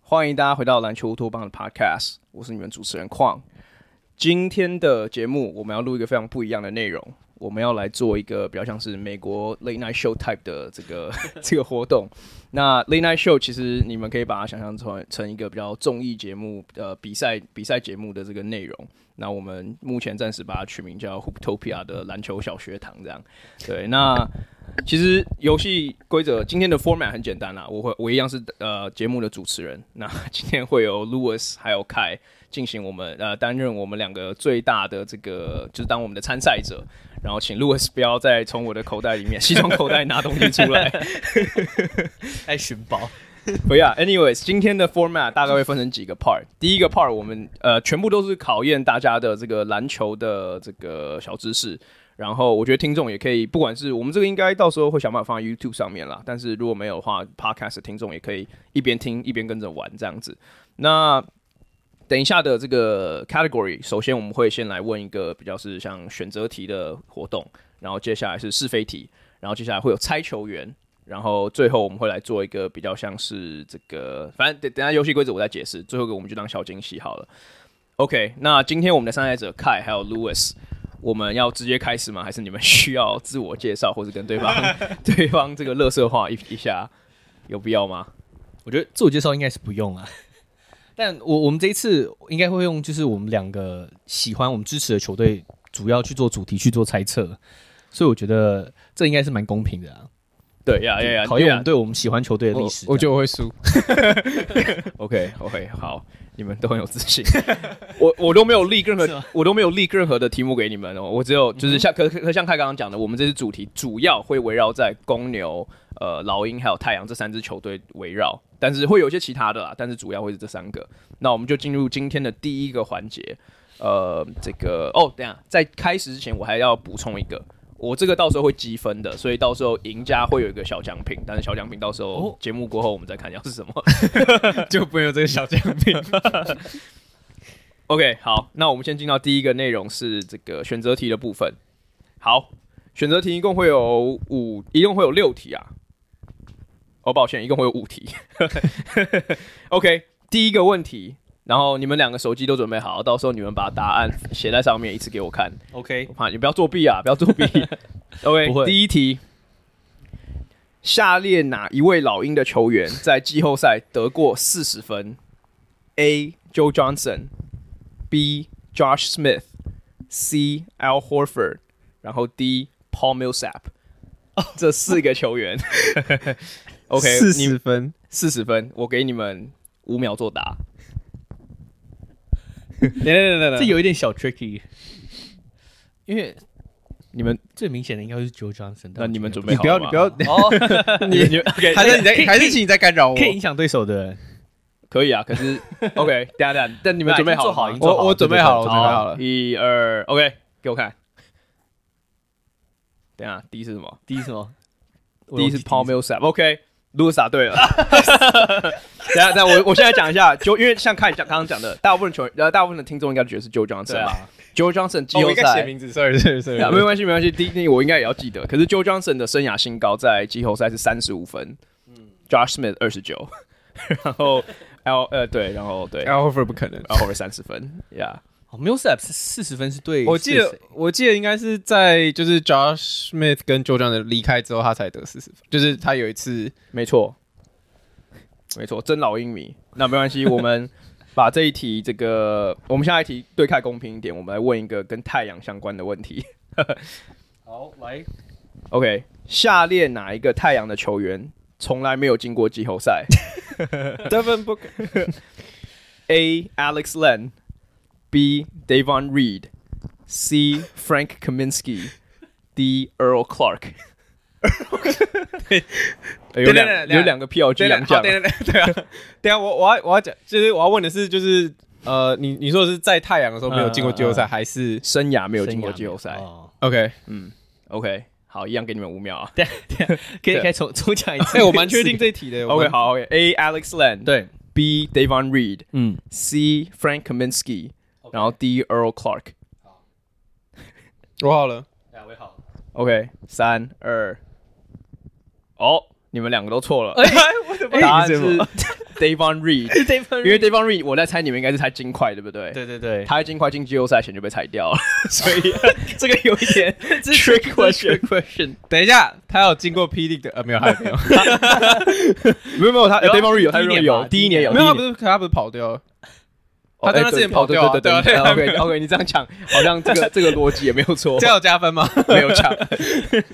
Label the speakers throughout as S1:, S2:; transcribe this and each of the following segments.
S1: 欢迎大家回到篮球乌托邦的 Podcast，我是你们主持人矿。今天的节目我们要录一个非常不一样的内容，我们要来做一个比较像是美国 Late Night Show type 的这个这个活动。那 Late Night Show 其实你们可以把它想象成成一个比较综艺节目，呃，比赛比赛节目的这个内容。那我们目前暂时把它取名叫 Hooptopia 的篮球小学堂，这样。对，那其实游戏规则今天的 format 很简单啦，我会我一样是呃节目的主持人，那今天会有 Louis 还有凯进行我们呃担任我们两个最大的这个就是当我们的参赛者，然后请 Louis 不要再从我的口袋里面 西装口袋拿东西出来，
S2: 爱寻宝，
S1: 不要。Anyways，今天的 format 大概会分成几个 part。第一个 part 我们呃全部都是考验大家的这个篮球的这个小知识。然后我觉得听众也可以，不管是我们这个应该到时候会想办法放在 YouTube 上面啦。但是如果没有的话，Podcast 的听众也可以一边听一边跟着玩这样子。那等一下的这个 category，首先我们会先来问一个比较是像选择题的活动，然后接下来是是非题，然后接下来会有猜球员，然后最后我们会来做一个比较像是这个，反正等等一下游戏规则我再解释，最后一个我们就当小惊喜好了。OK，那今天我们的参赛者 Kai 还有 Louis，我们要直接开始吗？还是你们需要自我介绍，或者跟对方 对方这个乐色话一一下，有必要吗？
S2: 我觉得自我介绍应该是不用啊。 但我我们这一次应该会用，就是我们两个喜欢、我们支持的球队，主要去做主题去做猜测，所以我觉得这应该是蛮公平的啊。
S1: 对哎呀呀呀，
S2: 考验我们对我们喜欢球队的历史。
S3: 我觉得我 会输。
S1: OK OK，好，你们都很有自 信。我我都没有立任
S2: 是
S1: 何
S2: 吗，
S1: 我都没有立任何的题目给你们哦。我只有
S3: 嗯
S1: 就是像可可可像凯刚刚讲的，我们这次主题主要会围绕在公牛、呃老鹰还有太阳这三支球队围绕，但是会有一些其他的啦，但是主要会是这三个。那我们就进入今天的第一个环节。呃，这个哦，等一下在开始之前，我还要补充一个，我这个到时候会积分的，所以到时候赢家会有一个小奖品，但是小奖品到时候
S2: 哦
S1: 节目过后我们再看要是什么。
S3: 就不会有这个小奖品。
S1: OK，好，那我们先进到第一个内容是这个选择题的部分。好，选择题一共会有五，一共会有六题啊。哦，抱歉，一共会有五题。OK，第一个问题，然后你们两个手机都准备好，到时候你们把答案写在上面，一次给我看。
S2: OK，
S1: 我怕你不要作弊啊，不要作弊。
S2: 不会
S1: OK，第一题，下列哪一位老鹰的球员在季后赛得过四十分？A. Joe Johnson，B. Josh Smith，C. Al Horford，然后 D. Paul Millsap。这
S2: 哦
S1: 四个球员，OK，
S3: 四
S1: 你
S3: 十分，
S1: 四十分，我给你们五秒作 答。
S3: 等等
S1: 呃
S3: 等
S2: 这有一点小 tricky，
S3: 因为
S1: 你们，
S2: 最明显的应该是 Joe Johnson。
S1: 那你们准备
S3: 你
S1: 好
S3: 不要，
S1: 了
S3: 你
S1: 吗
S3: 不要，
S2: 哦，
S1: 你们你们 OK，
S3: 还是你
S2: 可以可
S3: 在，
S2: 以
S3: 还是请你在干扰我
S2: 可。以影响对手的。
S1: 可以啊，可 是 OK，等一下等一下，但你们准备好了吗
S2: 做好已经做
S3: 我我准备好了，我准备好了。
S1: 一二，OK，给我看。等一下，第一是什么？
S2: 第一什么？
S1: 第一是 Paul Millsap，OK，l u 答对了。 等一下，等一下，我我现在讲一下，就因为像看讲刚刚讲的，大部分球呃大部分的听众应该觉得是 Joe
S2: 对
S1: Johnson 吧
S2: 啊，
S1: ？Joe Johnson 季
S3: 哦我
S1: 后
S3: 应该写
S1: 赛
S3: 名字，sorry sorry
S1: 对啊没
S3: sorry。
S1: 关系，没关系。第一，我应该也要记得。可是 Joe Johnson 的生涯新高在季后赛是三十五分，Josh Smith 二十九，然后 L 呃对，然后对，然
S3: Al Horford 不可能。
S1: 后后面三十分，Yeah。
S2: 哦 Millsap 是四十分是对，
S3: 我记
S2: 是
S3: 得
S2: 谁，
S3: 我记得应该是在就是 Josh Smith 跟 Joe Johnson 离开之后，他才得四十分。就是他有一次，
S1: 没错，没错，真老鹰迷。那没关系，我们把这一题这个，我们下一题对开公平一点，我们来问一个跟太阳相关的问题。
S2: 好来
S1: OK，下列哪一个太阳的球员从来没有进过季后赛
S3: Devin Booker
S1: ？A. Alex Len B. Davon Reed C. Frank Kaminsky D. Earl Clark 哎。有
S3: 等等等
S1: 两
S3: 等
S1: 有两个 P L G
S3: 对
S1: 洋
S3: 好
S1: 将，
S3: 等等等对啊， 等一下我我要我要讲，就是我要问的是，就是呃，你你说的是在太阳的时候没有进过季后赛，还是
S1: 生涯没有进过季后赛。
S2: 哦
S3: 嗯 OK？
S1: 嗯，OK，好，一样给你们五秒啊。
S2: 可以可以重重讲一次。
S3: 哎，我蛮确定这一题的。
S1: OK，好，OK，A Alex Len，
S2: 对
S1: ，B B. Davon Reed
S2: 嗯，
S1: C. Frank Kaminsky，然后 D. Earl Clark。
S3: 我好 了，
S2: 两位好，
S1: OK，三二，哦，你们两个都错
S3: 哎
S1: 了。答
S2: 答
S1: 案
S2: 案
S1: 是
S2: 是
S1: Davon Reed，因为 Davon Reed，我在猜你们应该是猜金块，对不对？
S2: 对对对，
S1: 他在金块进季后赛前就被裁掉了， 所以这个有一 点 trick question question。
S3: 等一下，他有经过 P D 的呃没有，还没有，
S1: 没有没有，他
S2: 有啊
S1: Davon Reed 有，
S2: 第一
S1: Davon Reed
S2: 年
S1: 有，
S2: 吧
S1: 第一年有，
S3: 没有，他
S1: 第一
S3: 不
S1: 年
S3: 是，可他不是跑掉了，
S1: 哦
S3: 他
S1: 哎
S3: 他之
S1: 对
S3: 前跑掉啊
S1: 哦对对
S3: 对
S1: 对
S3: 啊对啊
S1: ，OK OK，你这样讲好像这个这个逻辑也没有错
S3: 这，样有加分吗？
S1: 没有 抢。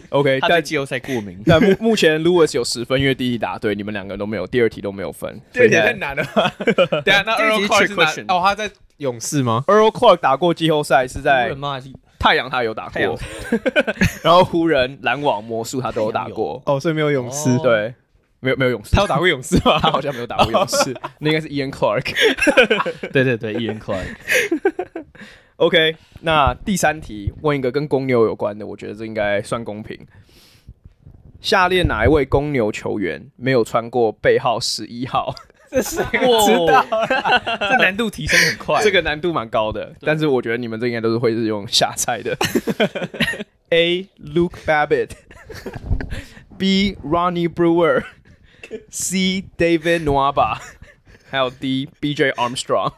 S1: OK，
S2: 他在
S1: 但
S2: 季后赛过敏
S1: 。但目目前 Lewis 有十分，因为第一答对，你们两个都没有，第二题都没有 分。
S3: 这
S1: 所以
S3: 题
S1: 现在
S3: 太难了吧？ 等一下，那
S2: 这
S3: Earl
S2: 一题
S3: Clark
S2: 是
S3: 是
S2: trick
S3: 哪？哦，他在勇士吗？
S1: Earl Clark 打过季后赛是在
S2: 妈，
S1: 太阳，他有打
S2: 太阳
S1: 过， 然后湖人、篮网、魔术他都有打 过，
S3: 哦，所以没有勇士
S2: 哦
S1: 对，没有没有勇士，
S3: 他有打过勇士吗？
S1: 他好像没有打过勇士， 那应该是 Ian Clark。
S2: 对对对，伊人 Clark，
S1: OK，那第三题问一个跟公牛有关的，我觉得这应该算公平。下列哪一位公牛球员没有穿过背号十一号？
S2: 这是知道， 这难度提升很快。
S1: 这个难度蛮高的，但是我觉得你们这应该都是会是用下菜的。A. Luke Babbitt，B. Ronnie Brewer，C. David Nwaba，还有 D. B.J. Armstrong。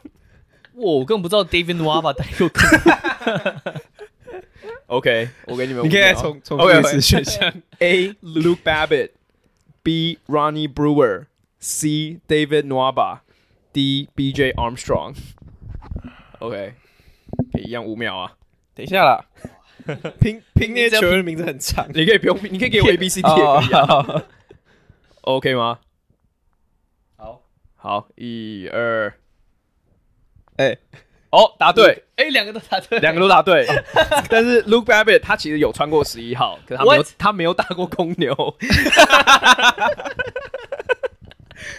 S2: 哇，我根本不知道 David Nwaba 带过
S1: OK，我给你们五
S3: 你
S1: 秒，
S3: 可以再 重重复
S1: OK，
S3: 一次选项。
S1: A. Luke Babbitt，B. Ronnie Brewer，C. David Nwaba，D. B.J. Armstrong。OK，可以一样五秒啊。
S3: 等一下啦， 拼拼那些球员名字很长。
S1: 你可以不用，你可以给我 A B C D 也可以啊、
S3: 哦
S1: o k 吗？
S2: 好，
S1: 好，一二，
S3: 哎，
S1: 哦，答对，，
S2: 哎，两个都答对，
S1: 两个都答对。但是 Luke Babbitt 他其实有穿过十一号，可是他没有
S2: What？
S1: 他没有打过公牛。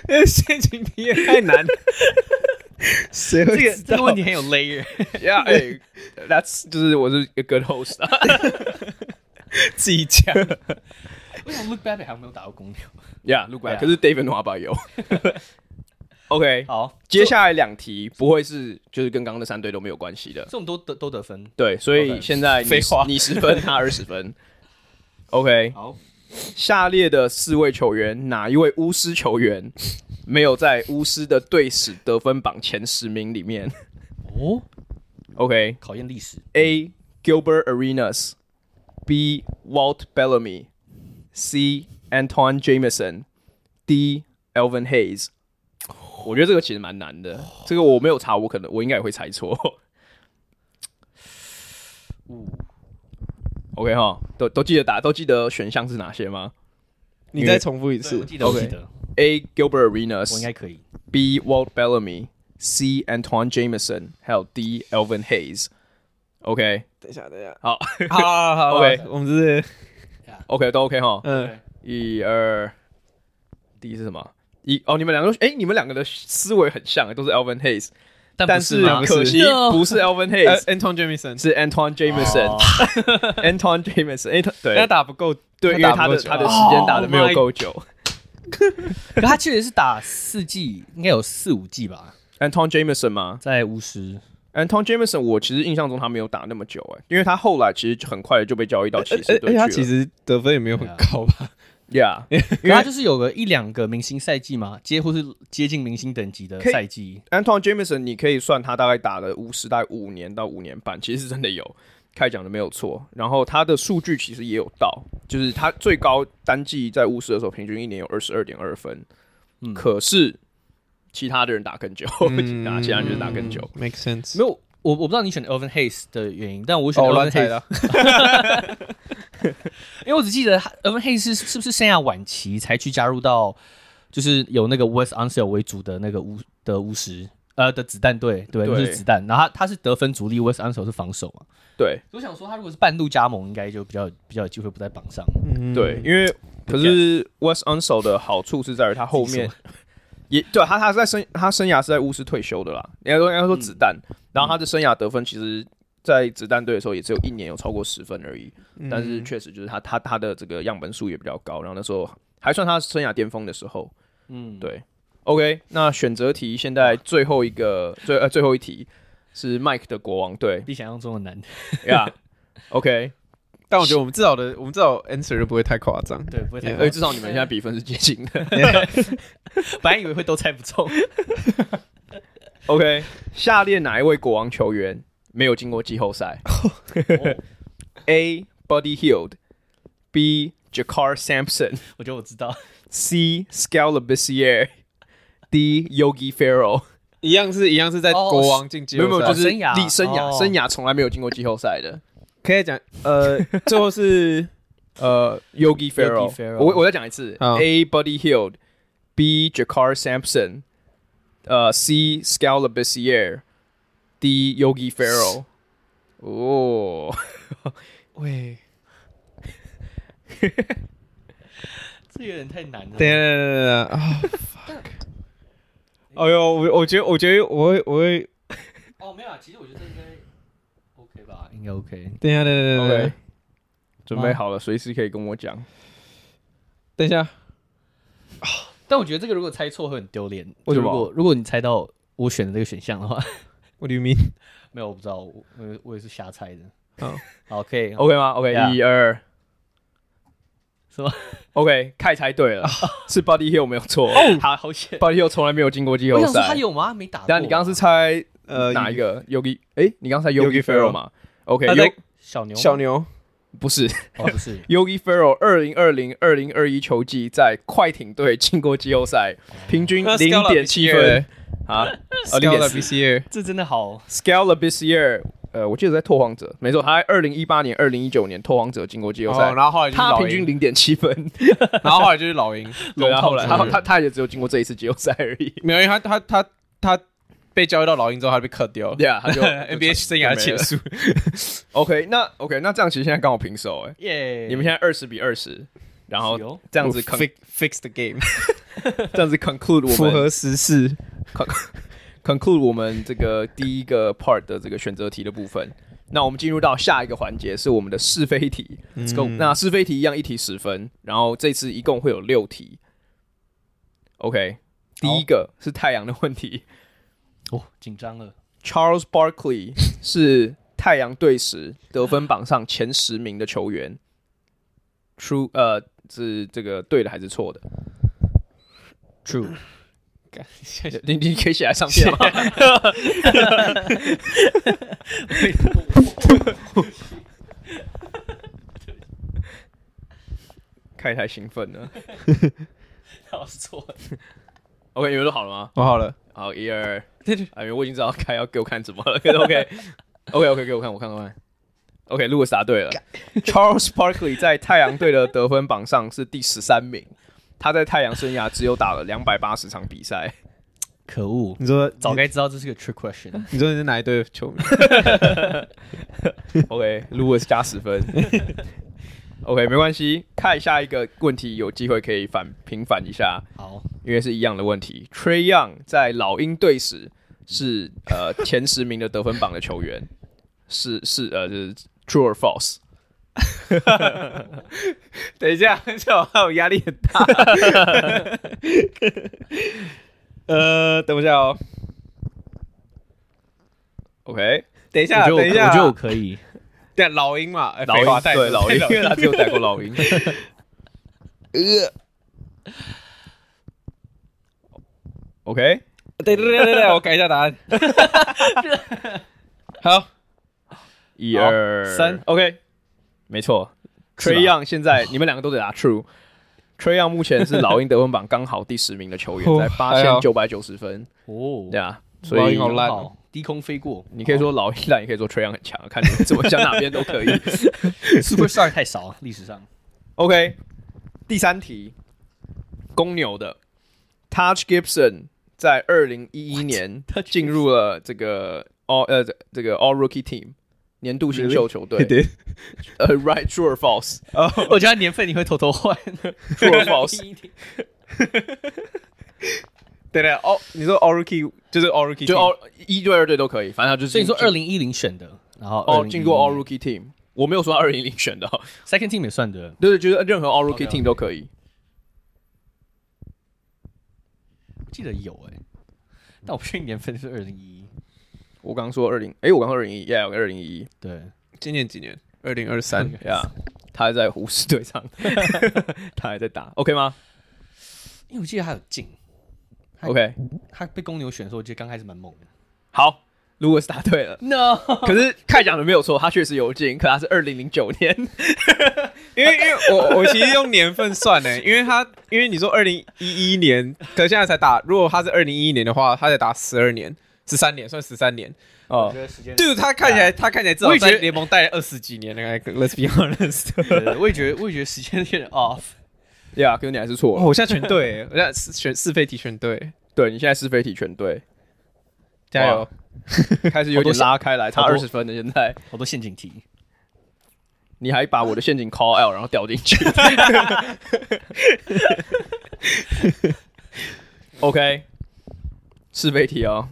S3: 那陷阱题也太难， 谁会
S2: 这个
S3: 知
S2: 这
S3: 道
S2: 个问题很有 layer。
S1: Yeah，哎，That's 就是我是一个 good host 啊。
S3: 自己讲？
S2: 为什么 Look Back 还没有打过公牛？
S1: Yeah，Luke Babbitt，
S2: Yeah
S1: 可是 David n w a b a 有。OK，
S2: 好，
S1: 接下来两题不会是就是跟刚刚的三队都没有关系的。
S2: 这我们都得都得分。
S1: 对，所以
S2: OK
S1: 现在你
S3: 废话
S1: 你十分，他二十分。OK，
S2: 好，
S1: 下列的四位球员，哪一位巫师球员没有在巫师的队史得分榜前十名里面
S2: 哦，
S1: ？OK，A.
S2: 考验历史。
S1: Gilbert Arenas，B. Walt Bellamy，C. Antoine Jameson，D. Elvin Hayes。我觉得这个其实蛮难的，这个我没有查，我可能我应该也会猜错。OK 哈，都都记得答，都记得选项是哪些吗
S3: 你再重复一
S2: 对
S3: 次
S2: 我。记得，我
S1: OK
S2: 记得，
S1: ？A. Gilbert
S2: 我
S1: Arenas，
S2: 应该可以。
S1: B. Walt Bellamy, C. Antoine Jameson，还有 D. Elvin Hayes。OK，
S3: 等一下，等一下。
S1: 好
S3: 好好好
S1: OK
S3: 我们这是
S1: ，OK 都 OK 哈。
S3: 嗯，
S1: 一二，D 是什么？一哦，你们两个都，哎，你们两个的思维很像，都是 Elvin Hayes，但
S2: 不是吗
S1: 可惜
S2: No
S1: 不是 Elvin
S3: 呃
S1: Hayes，
S3: ，Anton Jamison，
S1: 是 Antoine Jameson。
S2: 哦
S1: Antoine Jameson，哎，他
S3: 他
S1: 对
S3: 打不够，
S1: 对，因为他的他
S3: 打
S1: 的
S3: 不够久啊哦
S1: 时间打的
S2: Oh
S1: 没有
S2: my
S1: 够久。
S2: 可他确实是打四季，应该有四五季吧，
S1: Antoine Jameson 吗
S2: 在巫师。
S1: ？Antoine Jameson，我其实印象中他没有打那么久，哎，因为他后来其实很快就被交易到骑
S3: 而
S1: 士队
S3: 而
S1: 去
S3: 呃而且
S1: 了。
S3: 哎他其实得分也没有很高 吧？
S1: ，Yeah，
S2: 可他就是有个一两个明星赛季嘛，接或是接近明星等级的
S1: 可以
S2: 赛季。
S1: Anton Jameson，你可以算他大概打了五十代五年到五年半，其实真的有。开讲的没有错，然后他的数据其实也有到，就是他最高单季在巫师的时候，平均一年有二十二点二分，
S2: 嗯
S1: 可是其他的人打更久，
S3: 嗯
S1: 打 其他人就是打更久。
S3: ，make sense。
S2: 没有，我我不知道你选 Elvin Hayes 的原因，但我选
S3: 哦，我乱
S2: Elvin
S3: 猜
S2: Hayes，、
S3: 的。
S2: 因为我只记得他 Elvin Hayes 是是不是生涯晚期才去加入到，就是有那个 West Unsell 为主的那个巫的巫师呃的子弹队，对，
S1: 对
S2: 就是子弹。然后他他是得分主力，West Unsell 是防守嘛。
S1: 对
S2: 我想说，他如果是半路加盟，应该就比较比较有机会不在榜上。
S3: 嗯
S1: 对，，因为可是 West Unsell 的好处是在于他后面也对啊他他在生他生涯是在巫师退休的啦，应该说应该说
S2: 嗯
S1: 子弹，然后他的生涯得分其实，在子弹队的时候也只有一年有超过十分而已。
S3: 嗯
S1: 但是确实就是他他他的这个样本数也比较高，然后那时候还算他生涯巅峰的时候，
S2: 嗯，
S1: 对 OK，那选择题现在最后一个最呃最后一题是 Mike 的国王队
S2: 比想象中的难。
S1: 呀。OK，
S3: 但我觉得我们至少的，我们至少 answer 就不会太夸张。
S2: 对，不会太
S1: 而且
S2: 快。
S1: 至少你 们现在比分是接近的。
S2: 本来以为会都猜不中。
S1: OK，下列哪一位国王球员没有经过季后赛 ？A. Buddy Hield，B. Jakar Sampson，C.
S2: 我觉得我知道，
S1: Scala Bissier，D. Yogi Ferrell。
S3: 一样是一样是在
S2: 哦
S3: 国王进季
S1: 没有没
S3: 后
S1: 有，
S3: 赛，
S1: 就是
S2: 生涯
S1: 历生涯
S2: 哦
S1: 生涯从来没有进过季后赛的。
S3: 可以讲呃，最后是
S1: 呃，Yogi Ferrell，
S2: Ferrell
S1: 我我再讲一次
S3: 好
S1: ：A. Buddy Hield，B. Jakar Sampson，呃，C. Scala Bissier，D. Yogi Ferrell。哦。
S3: 喂，
S2: 这有点太难了。
S3: 等一下等一下等一下等一下啊 fuck！哎呦，我我觉得我觉得我会我会
S2: 哦，没有啊，其实我觉得这应该 OK 吧，应该 OK。
S3: 等一下等一下等一下等一
S1: OK，
S3: 下
S1: 准备好了，随时可以跟我讲。
S3: 等一下，
S2: 但我觉得这个如果猜错会很丢脸。
S1: 为什么
S2: 就如果如果你猜到我选的这个选项的话，
S3: 我刘明
S2: 没有，我不知道，我我我也是瞎猜的。
S3: 好，
S1: 嗯
S2: 好，可以。
S1: OK 吗？OK，
S2: Yeah
S1: 一二，
S2: 什么？
S1: OK，凯猜对 了，是 Buddy Hill 没有错。
S2: 好好险！
S1: Buddy Hill 从来没有进过季
S2: 哦我
S1: 后
S2: 想说
S1: 赛
S2: 他。有吗？他没打过啊。
S1: 但你刚刚是猜
S3: 呃
S1: 哪一个 Yogi？哎，你刚才 Yogi
S3: Yogi Ferrell
S1: Ferrell 嘛？OK，
S3: 他在
S1: Yo-
S2: 哎小牛吗？
S3: 小牛
S1: 不是
S2: 哦，不是
S1: Yogi Ferrell，二零二零二零二一球季在快艇队进过季后赛，平均
S3: 那
S1: 零
S3: Scala
S1: 点七
S3: Bissier
S1: 分啊，呃零点
S3: Scala
S1: 四
S3: BCA
S2: 这真的好
S1: Scala this year，呃，我记得在拓荒者，没错，他二零一八年、二零一九年拓荒者进过季后赛
S3: 哦，然，后后来就是
S1: 他
S3: 老
S1: 平均
S3: 鹰，
S1: 零点七分，
S3: 然后后来就是老鹰，
S1: 对啊，后来
S2: 套
S1: 他
S2: 餐
S1: 他他也只有进过这一次季后赛而已，
S3: 没有，因为他他他他被交易到老鹰之后，他就被 cut 掉了
S1: 对啊，他 就
S3: ，NBA 生涯结束。
S1: OK，那 OK，那这样其实现在刚好平手哎、
S2: 耶！
S1: 你们现在二十比二十，然后
S2: 是哦
S1: 这样子 con,
S3: fix fix the game，
S1: 这样子 conclude 我
S3: 符
S1: 们
S3: 合时事。
S1: conclude 我们这个第一个 part 的这个选择题的部分。那我们进入到下一个环节是我们的是非题。
S2: 嗯
S3: Let's
S1: 那是非题一样一题十分，然后这次一共会有六题。OK，第一个是太阳的问题。
S2: 哦紧张了。
S1: Charles Barkley 是太阳队史得分榜上前十名的球员。True，呃，是这个对的还是错的？
S2: True，
S1: 你你可以写在上面吗？ 开太兴奋了。
S2: 好是错的。
S1: OK，你们都好了吗？
S3: 我好了，
S1: 好，一二，哎，我已经知道开要给我看什么了。可是 OK，OK，OK，、给我看，我看，我看。OK，如果答对了，Charles Barkley 在太阳队的得分榜上是第十三名，他在太阳生涯只有打了两百八十场比赛。
S2: 可恶，
S3: 你说
S2: 早该知道这是个 trick question。
S3: 你说你是哪一队的球迷？
S1: OK，如果是加十分，OK，没关系。看下一个问题，有机会可以反平反一下，
S2: 好，
S1: 因为是一样的问题。Trey Young 在老鹰队时是呃前十名的得分榜的球员，是是呃、就是 true or false？
S3: 等一下，这样我压力很大。 呃，等一下哦，
S1: OK，
S3: 等一
S2: 我
S3: 下，
S2: 觉得我
S3: 等一下，
S2: 我觉得我可以。
S3: 对老鹰嘛，哎
S1: 老
S3: 废话
S1: 鹰
S3: 带
S1: 对老鹰，因为
S3: 带
S1: 他只有带过老 鹰。OK，
S3: 对对对对对，我改一下答 案。好，
S1: 一
S3: 好
S1: 二
S3: 三
S1: ，OK，没错。
S2: 是吧
S1: Trey Young 现在你们两个都得答 true。Trey Young 目前是老鹰得分榜刚好第十名的球员，
S3: 哦
S1: 在八
S3: 还
S1: 千
S3: 好
S1: 九百九十分，
S2: 哦
S1: 对，啊，所
S3: 老
S1: 以
S3: 鹰好烂哦
S2: 好，低空飞过。
S1: 你可以说老鹰烂，也可以说 Trey Young 很强，看你们怎么想哪边都可以。
S2: Super Star 哦太少，历史 上
S1: OK，第三题，公牛的 Touch Gibson 在二零一一年进入了这个 All 呃这这个 All Rookie Team 年度新秀球队。
S3: 对，
S1: 呃，Right True or False？True
S2: 我觉得年份你会偷偷换。
S1: or False？
S3: 对对哦，你说 Oruki 就是 Oruki，
S1: 就 All 一对二队都可以，反正他就是
S2: 所以
S1: 进。
S2: 你说二零一零选的，然后
S1: 哦，进过 All
S2: All
S1: Rookie Team，我没有说二零零选的 哦，
S2: Second Team 也算的。
S1: 对对，就是任何 All Rookie
S2: OK，OK
S1: Team 都可以。
S2: 记得有哎、但我不确定年份是二零一一。
S1: 我刚刚说二零，哎，我刚说二零一，呀，二零一
S2: 对，
S3: 今年几年？二零二三。
S1: 呀，他还在湖士队上， 他还在打，OK 吗
S2: 因为我记得他有进，他
S1: ？OK，
S2: 他被公牛选的时候，我记得刚开始蛮猛的。
S1: 好，如果是答对 了。
S2: No，
S1: 可是看讲的没有错，他确实有进，可他是二零零九年，
S3: 因为因为我我其实用年份算呢，因为他因为你说二零一一年，可现在才打，如果他是二零一一年的话，他才打十二年。十三年算十三年，
S1: 哦，
S2: 得时间
S3: 对他看起来，他看起来至
S1: 我
S3: 少
S1: 也觉
S3: 在
S1: 得
S3: 联盟待了二十几年了。来 Let's be honest，
S2: 对，我也觉 得，我也觉得时间有点 off。
S1: 呀，啊可是你还是错
S3: 哦
S1: 了。
S3: 我现在全对耶，我现在是选是非题全对，
S1: 对你现在是非题全对，
S3: 加油！
S1: 开始有点拉开来，差
S2: 好
S1: 二
S2: 多
S1: 十分了。现在
S2: 好多陷阱题，
S1: 你还把我的陷阱 call out，然后掉进去。OK，是非题哦。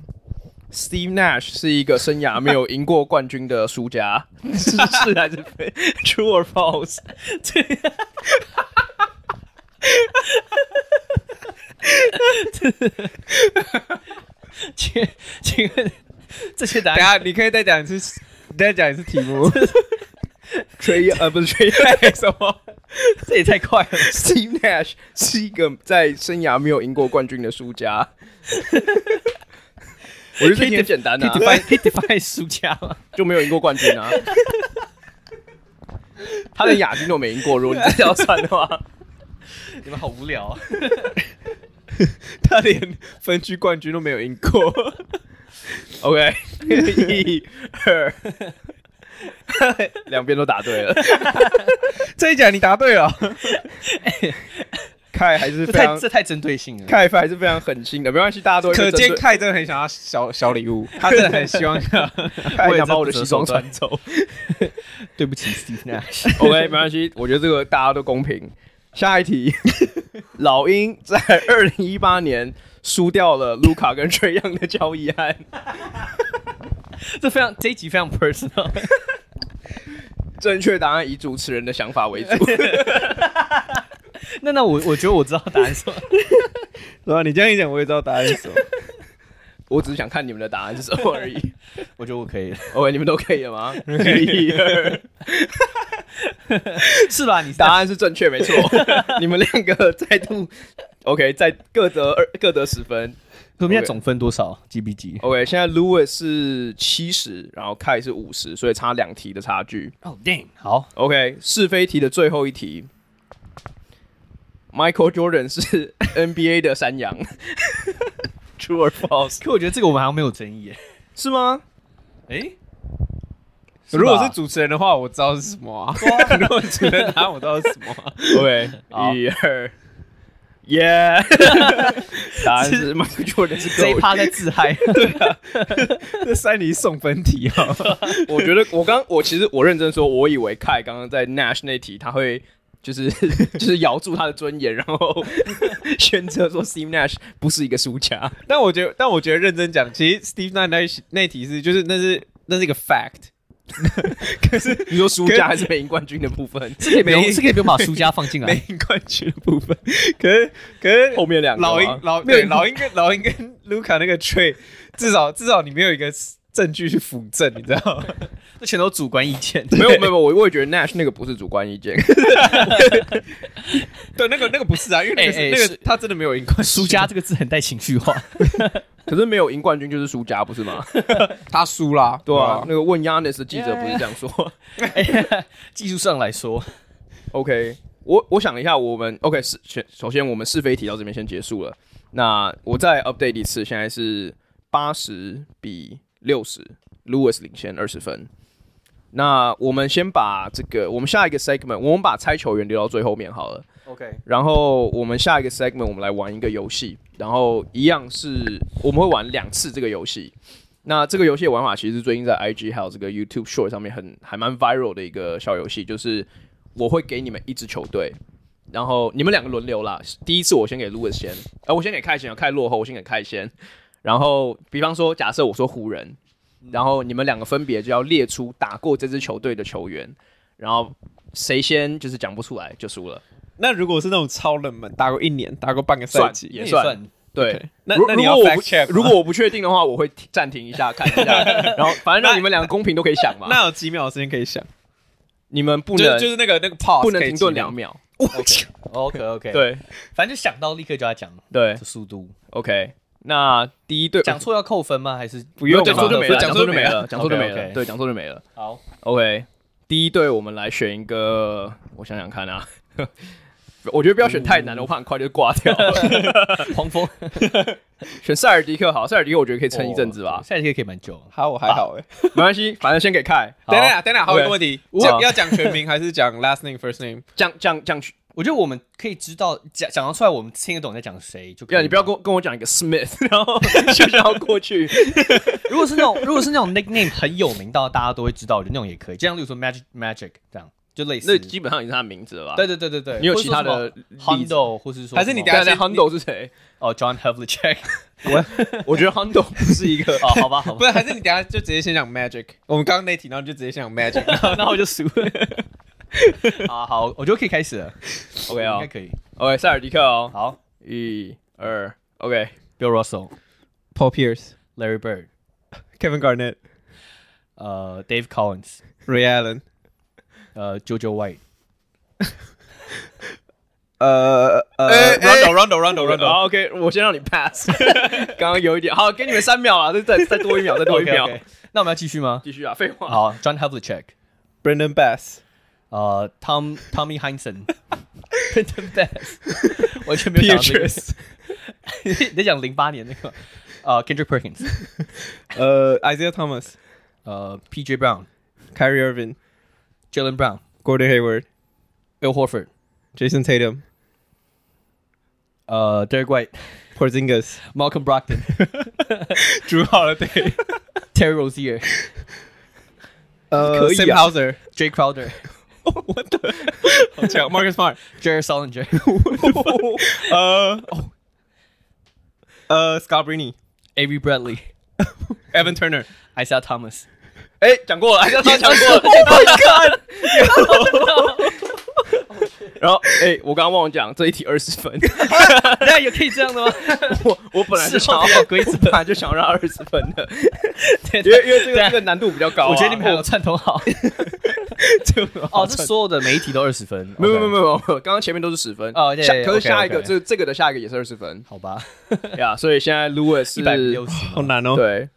S1: Steve Nash 是一个生涯没有赢过冠军的输家，是是还是非？True or false？
S2: 请请问这些答
S3: 等一
S2: 案
S3: 下你可以再讲一次，再讲一次题目。
S1: Trey 呃不是 Trey 什 么
S2: 这也太快了。
S1: ？Steve Nash 是一个在生涯没有赢过冠军的输家。我觉得这题很简单
S2: 可
S1: 的、
S2: 以 define 可以 define 输家吗？
S1: 就没有赢过冠军啊。他连亚军都没赢过，如果你这样算的话，
S2: 你们好无聊啊！
S3: 他连分区冠军都没有赢过。
S1: OK，一、二，两边都答对了。
S3: 这一讲你答对了，
S1: 凯还是
S2: 这
S1: 非
S2: 太
S1: 常，
S2: 这太针对性了。
S1: 凯还是非常狠心的，没关系，大家都会
S3: 可
S1: 被针
S3: 见
S1: 对
S3: 凯真的很想要小小礼物， 他真的很希望。
S1: 凯
S2: 也
S1: 想
S2: 是
S1: 把我的
S2: 不择
S1: 西装
S2: 手段
S1: 穿走。
S2: 对不起，Steve Nash。
S1: OK，没关系，我觉得这个大家都公平。下一题，老鹰在二零一八年输掉了卢卡跟崔样的交易案。
S2: 这非常这一集非常 personal。
S1: 正确答案以主持人的想法为主。
S2: 那那我我觉得我知道答案是什么。
S3: 然后你这样一讲，我也知道答案是什么。
S1: 我只是想看你们的答案是什么而已。
S2: 我觉得我可以了，
S1: OK，你们都可以了吗？一二
S2: 是吧？你
S1: 答案是正确，没错。你们两个再度 OK，再各得二各得十分。
S2: 我们现
S1: OK
S2: 在总分多少？G B G？
S1: OK，现在 Lewis 是七十，然后 Kai 是五十，所以差两题的差距。
S2: 哦，damn！好，
S1: OK，是非题的最后一题。Michael Jordan 是 NBA 的山羊，True or false？
S2: 可我觉得这个我们好像没有争议耶。
S1: 是吗？
S2: 诶，
S3: 如果是主持人的话，我知道是什么啊。如果主持人答案，我知道是什么啊。
S1: OK，
S2: 好
S1: 一二，Yeah，答案是 Michael Jordan 是
S2: 这一
S1: GOAT
S2: 趴在自嗨，
S3: 这三题送分题啊。
S1: 我觉得我刚我其实我认真说，我以为凯刚刚在 Nash 那题他会就是 就是咬住他的尊严，然后 选择说 Steve Nash 不是一个输家。
S3: 但我觉得，但我觉得认真讲，其实 Steve Nash 那一那一题是就是那是那是一个 fact，
S1: 你说输家还是没赢冠军的部分，
S2: 这个也不用，
S3: 没
S2: 这个也不用把输家放进
S3: 没
S2: 来。
S3: 赢冠军的部分。 可是可是
S1: 后面两个吗
S3: 老鹰老
S1: 没有
S3: 对老鹰跟老鹰跟卢卡那个 trade，至少至少你没有一个证据去辅证，你知道吗？
S2: 这全都主观意见。
S1: 没有没有没有，我我也觉得 Nash 那个不是主观意见，
S3: 对，那个那个不是啊，因为那个是、
S2: 哎哎
S3: 那
S2: 是
S3: 个他真的没有赢冠
S2: 输家这个字很带情绪化。
S1: 可是没有赢冠军就是输家，不是吗？
S3: 他输啦，
S1: 对啊，那个问 Yanis 的记者不是这样说。
S2: 技术上来说，
S1: OK，我我想了一下，我们 OK 是先首先我们是非题到这边先结束了。那我再 update 一次，现在是八十比六十，Lewis 领先二十分。那我们先把这个，我们下一个 segment，我们把猜球员留到最后面好了。
S3: OK，
S1: 然后我们下一个 segment 我们来玩一个游戏，然后一样是我们会玩两次这个游戏。那这个游戏的玩法其实最近在 IG 还有这个 YouTube Short 上面很还蛮 viral 的一个小游戏，就是我会给你们一支球队，然后你们两个轮流啦。第一次我先给 Louis 先，呃，我先给凯先，凯落后，我先给凯先。然后比方说，假设我说湖人，然后你们两个分别就要列出打过这支球队的球员，然后谁先就是讲不出来就输了。
S3: 那如果是那种超冷门，打过一年，打过半个赛季，
S1: 也
S2: 那
S1: 算
S2: 算
S1: 对，
S3: 那
S1: 如
S3: 那你
S1: 如
S3: 要
S1: 果我
S3: fact check
S1: 不 如果我不确定的话，我会停暂停一下看一下，然后反正让你们俩公平都可以想 嘛。
S3: 那有几秒的时间可以想，
S1: 你们不
S3: 就是
S1: 能
S3: 就是那个那个 pause
S1: 不能
S3: 可以
S1: 停顿
S3: 几
S1: 两秒，
S2: OK OK，，
S1: 对
S2: 反正就想到立刻就要讲
S1: 对
S2: 这速度，
S1: ，OK。那第一对
S2: 讲错要扣分吗？还是啊
S1: 不用
S3: 讲
S1: 嘛
S3: 错就没了
S1: 讲错就没了，讲
S2: 讲
S1: 错
S2: 错
S1: 就
S2: 就
S1: 没
S2: 没了
S1: 了，
S2: OK，OK
S1: 对，讲错就没了。
S2: 好
S1: OK，第一队我们来选一个，我想想看啊， 我觉得不要选太难了，我怕很快就挂掉。
S2: 黄蜂
S1: 选塞尔迪克好，塞尔迪克我觉得可以 撑一阵子吧，
S2: 哦下一个可以蛮久。
S3: 好，我还好哎。
S1: 没关系，反正先给凯
S2: 好
S3: 等一下，等一下，还有一
S1: OK
S3: 个问题，
S1: 我
S3: 讲要讲全名还是讲 last name first name？
S1: 讲讲讲，
S2: 我觉得我们可以知道讲讲得出来，我们听得懂在讲谁就可以
S1: 要
S2: 了。
S1: 你不要跟我跟我讲一个 Smith，然 后就想要过 去。
S2: 如果是那种如 果是那种 nickname 很有名到大家都会知道，我觉得那种也可以。就像例如说 Magic Magic 这样，就类似
S1: 那。基本上已经是他的名字了吧？
S2: 对对对对对，
S1: 你有其他的例子？
S2: Hondo，或是说
S3: 还是你
S2: 什
S3: 等
S2: 么
S3: 下
S1: 但是啊
S3: 先
S1: Hondo 是谁？
S2: 哦 John Havlicek
S1: 我觉得 Hondo 不是一个
S2: 哦，好吧好
S3: 不
S2: 吧，
S3: 是，还是你等一下就直接先讲 magic。我们刚刚那题，然后就直接先讲 magic。
S2: 那我就输了。啊好，我觉得可以开始了
S1: OK
S2: 应
S1: 啊
S2: 该可以。
S1: ，OK 塞尔迪克哦，
S2: 好
S1: 一二 OK，
S2: ，Bill Russell、
S3: Paul Pierce、
S2: Larry Bird、
S3: Kevin Garnett、
S2: 呃 Dave Collins、
S3: Ray Allen，
S2: 呃 JoJo White。
S3: 呃
S1: 哎哎
S3: 呃，Rondo Rondo Rondo Rondo，
S1: 好 OK，我先让你 pass，刚 刚有一点好，给你们三秒啊，再再再多一秒，再多一秒，
S2: OK，OK 那我们要继续吗？
S1: 继续啊，废 话。
S2: 好，John Havlicek，
S3: Brendan Bass、
S2: 呃，Tom Tommy Heinsohn，Peyton Bass，完 全没有想到这个。你在讲零八年那个吗，呃，Kendrick Perkins，
S3: 呃 Isaiah Thomas、
S2: 呃，P.J. Brown、
S3: Kyrie Irving、
S2: Jalen Brown、
S3: Gordon Hayward、
S2: Bill Horford，
S3: Jason Tatum、
S2: 呃，Derek White、
S3: Porzingis，
S2: Malcolm Brogdon、
S3: 煮好了对。
S2: Terry Rozier、
S3: 呃
S1: 可以
S3: ，Sam
S1: 啊
S3: Hauser，
S2: Jay Crowder、
S3: 好强，Marcus Smart，
S2: Jerry Solinger、
S3: 呃，呃，Scott Brini、
S2: Avery Bradley、
S3: Evan Turner，
S2: Isaiah Thomas。
S1: 哎，讲 过了，还是他讲过了。 然后，哎，我刚刚忘了讲这一题二十分，
S2: 那有可以这样的吗？
S1: 我我本来就想要
S2: 是吗规则
S1: 我本来就想让二十分的， 因为因 为这个这个难度比较高啊。
S2: 我觉得你们两个串通 好。哦，这所有的每一题都二十分。
S1: 没有没有没有
S2: OK
S1: 没有，刚刚前面都是十分
S2: 哦对
S1: 下
S2: 对
S1: 可是
S2: OK，
S1: 下一个
S2: OK
S1: 这这个的下一个也是二十 分
S2: 好吧，
S1: 呀，所以现在 Lewis 是
S2: 一百六十
S3: 好难哦。
S1: 对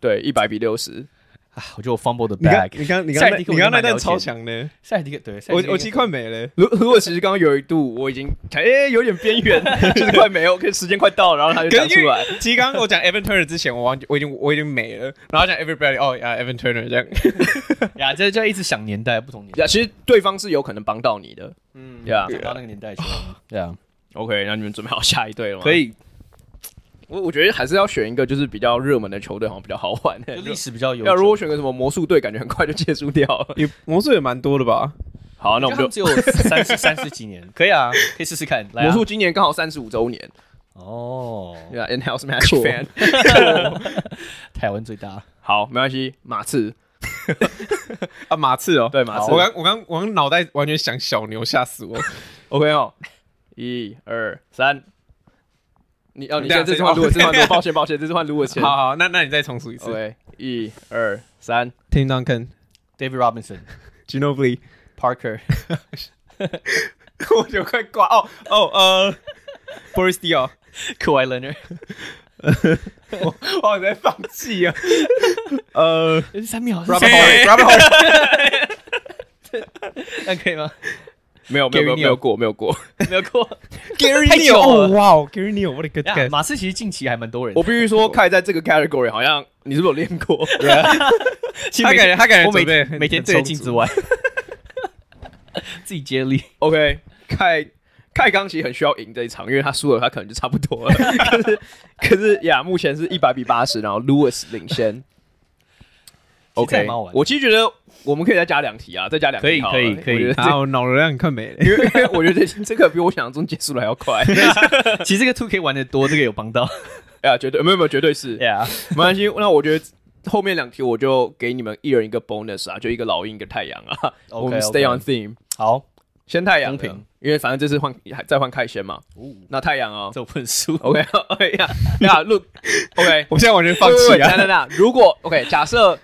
S1: 对一百比六十，
S2: 啊！我觉得我 fumble the
S3: 你刚
S2: bag。
S3: 你刚你
S2: 塞尔
S3: 刚那
S2: 蒂
S3: 你
S2: 克我
S3: 刚刚
S2: 就
S3: 那
S2: 蛮
S3: 段
S2: 了解
S3: 超强的，
S2: 下一题对，下一
S3: 我
S2: 题
S3: 我其实快没了。
S1: 如如果其实刚刚有一度我已经哎、有点边 缘，就是快没有，可是时间快到了，然后他就讲
S3: 可是
S1: 出
S3: 因
S1: 来
S3: 为。其实刚刚我讲 Evan Turner 之前，我完我已经我已经没了，然后讲 Everybody，哦呀 Evan Turner 这样。
S2: 呀，这就一直想年代，不同年代，
S1: 呀，其实对方是有可能帮到你的，嗯，呀
S3: 对
S2: 想到那个年代去。对啊，
S1: ，OK，那你们准备好下一队了吗？
S3: 以，
S1: 我我觉得还是要选一个就是比较热门的球队，好像比较好玩、
S2: 就历史比较 有。
S1: 要如果选个什么魔术队，感觉很快就结束掉了。
S3: 也魔术也蛮多的吧？
S1: 好，那我们
S2: 就他
S1: 就
S2: 们只有三 十三十几年，可以啊，可以试试看。来啊
S1: 魔术今年刚好三十五周年，
S2: 哦，
S1: 对啊，In-house match
S3: Cool
S1: fan。
S2: 台湾最大。
S1: 好，没关系，马刺
S3: 啊，马刺哦，
S1: 对马刺
S3: 我刚我刚我刚脑袋完全想小牛，吓死我。
S1: ，OK 哦，一二三。你哦，你现
S3: 这
S1: 在
S3: 样
S1: 这次换
S3: 这
S1: 卢
S3: 样
S1: 尔，这次 换卢尔，抱歉抱歉，这次换卢尔先。
S3: 好好，那那你再重述一次。
S1: OK，一二三
S3: Tim Duncan、
S2: David Robinson、
S3: Ginobili，
S2: Parker、
S3: 我就快挂哦哦呃 ，Boris Diaw，
S2: Kawhi Leonard，
S3: 哇，你在放弃啊？呃
S2: 三秒
S3: ，Robert
S2: 是谁
S3: Howard，Robert Howard，
S2: 那 可以吗？
S1: 没有没有没有
S3: Gary Neal
S1: 没有过 没有过，
S2: 没有过。
S3: Gary
S2: 太久
S3: Neal，
S2: 了
S3: 哦 哇哦，Gary Neal，what a good
S2: 呀
S3: guy。
S2: 马刺其实近期还蛮多人
S1: 我，必须说，凯在这个 category 好像你是不是有练 过？
S2: 其实
S3: 他
S2: 每
S3: 感
S2: 天
S3: 觉他感觉
S2: 我每
S3: 准备
S2: 天
S3: 很
S2: 每天
S3: 很
S2: 对着
S3: 充
S2: 镜
S3: 足
S2: 子玩， 自己接力。
S1: OK，凯凯刚其实很需要赢这一场，因为他输了，他可能就差不多 了。可是可是呀，目前是一百比八十，然后 Lewis 领先。
S2: 其实这
S1: OK，
S2: 还蛮好玩的
S1: 我其实觉得我们可以再加两题啊，再加两题
S2: 可以
S1: 好了
S2: 可以可以
S1: 我觉得这
S3: 啊，我脑容量快没了。
S1: 因为因为我觉得这这个比我想象中结束的还要 快。
S2: 其实这个 Two K 玩的多，这个有帮到。
S1: 呀，绝对没有没有，绝对是。
S2: Yeah，
S1: 没关系，那我觉得后面两题我就给你们一人一个 bonus 啊，就一个老鹰一个太阳啊。
S2: OK，
S1: 我们 stay
S2: OK
S1: on theme。
S2: 好，
S1: 先太阳的
S2: 公平，
S1: 因为反正这次换还再换凯先嘛。那太阳哦
S2: 这我不能输。
S1: ，OK，哎 呀，呀，Look，OK，
S3: 我现在完全放弃
S2: 啊
S1: 对
S3: 了
S1: 等。等等，如果 OK，假设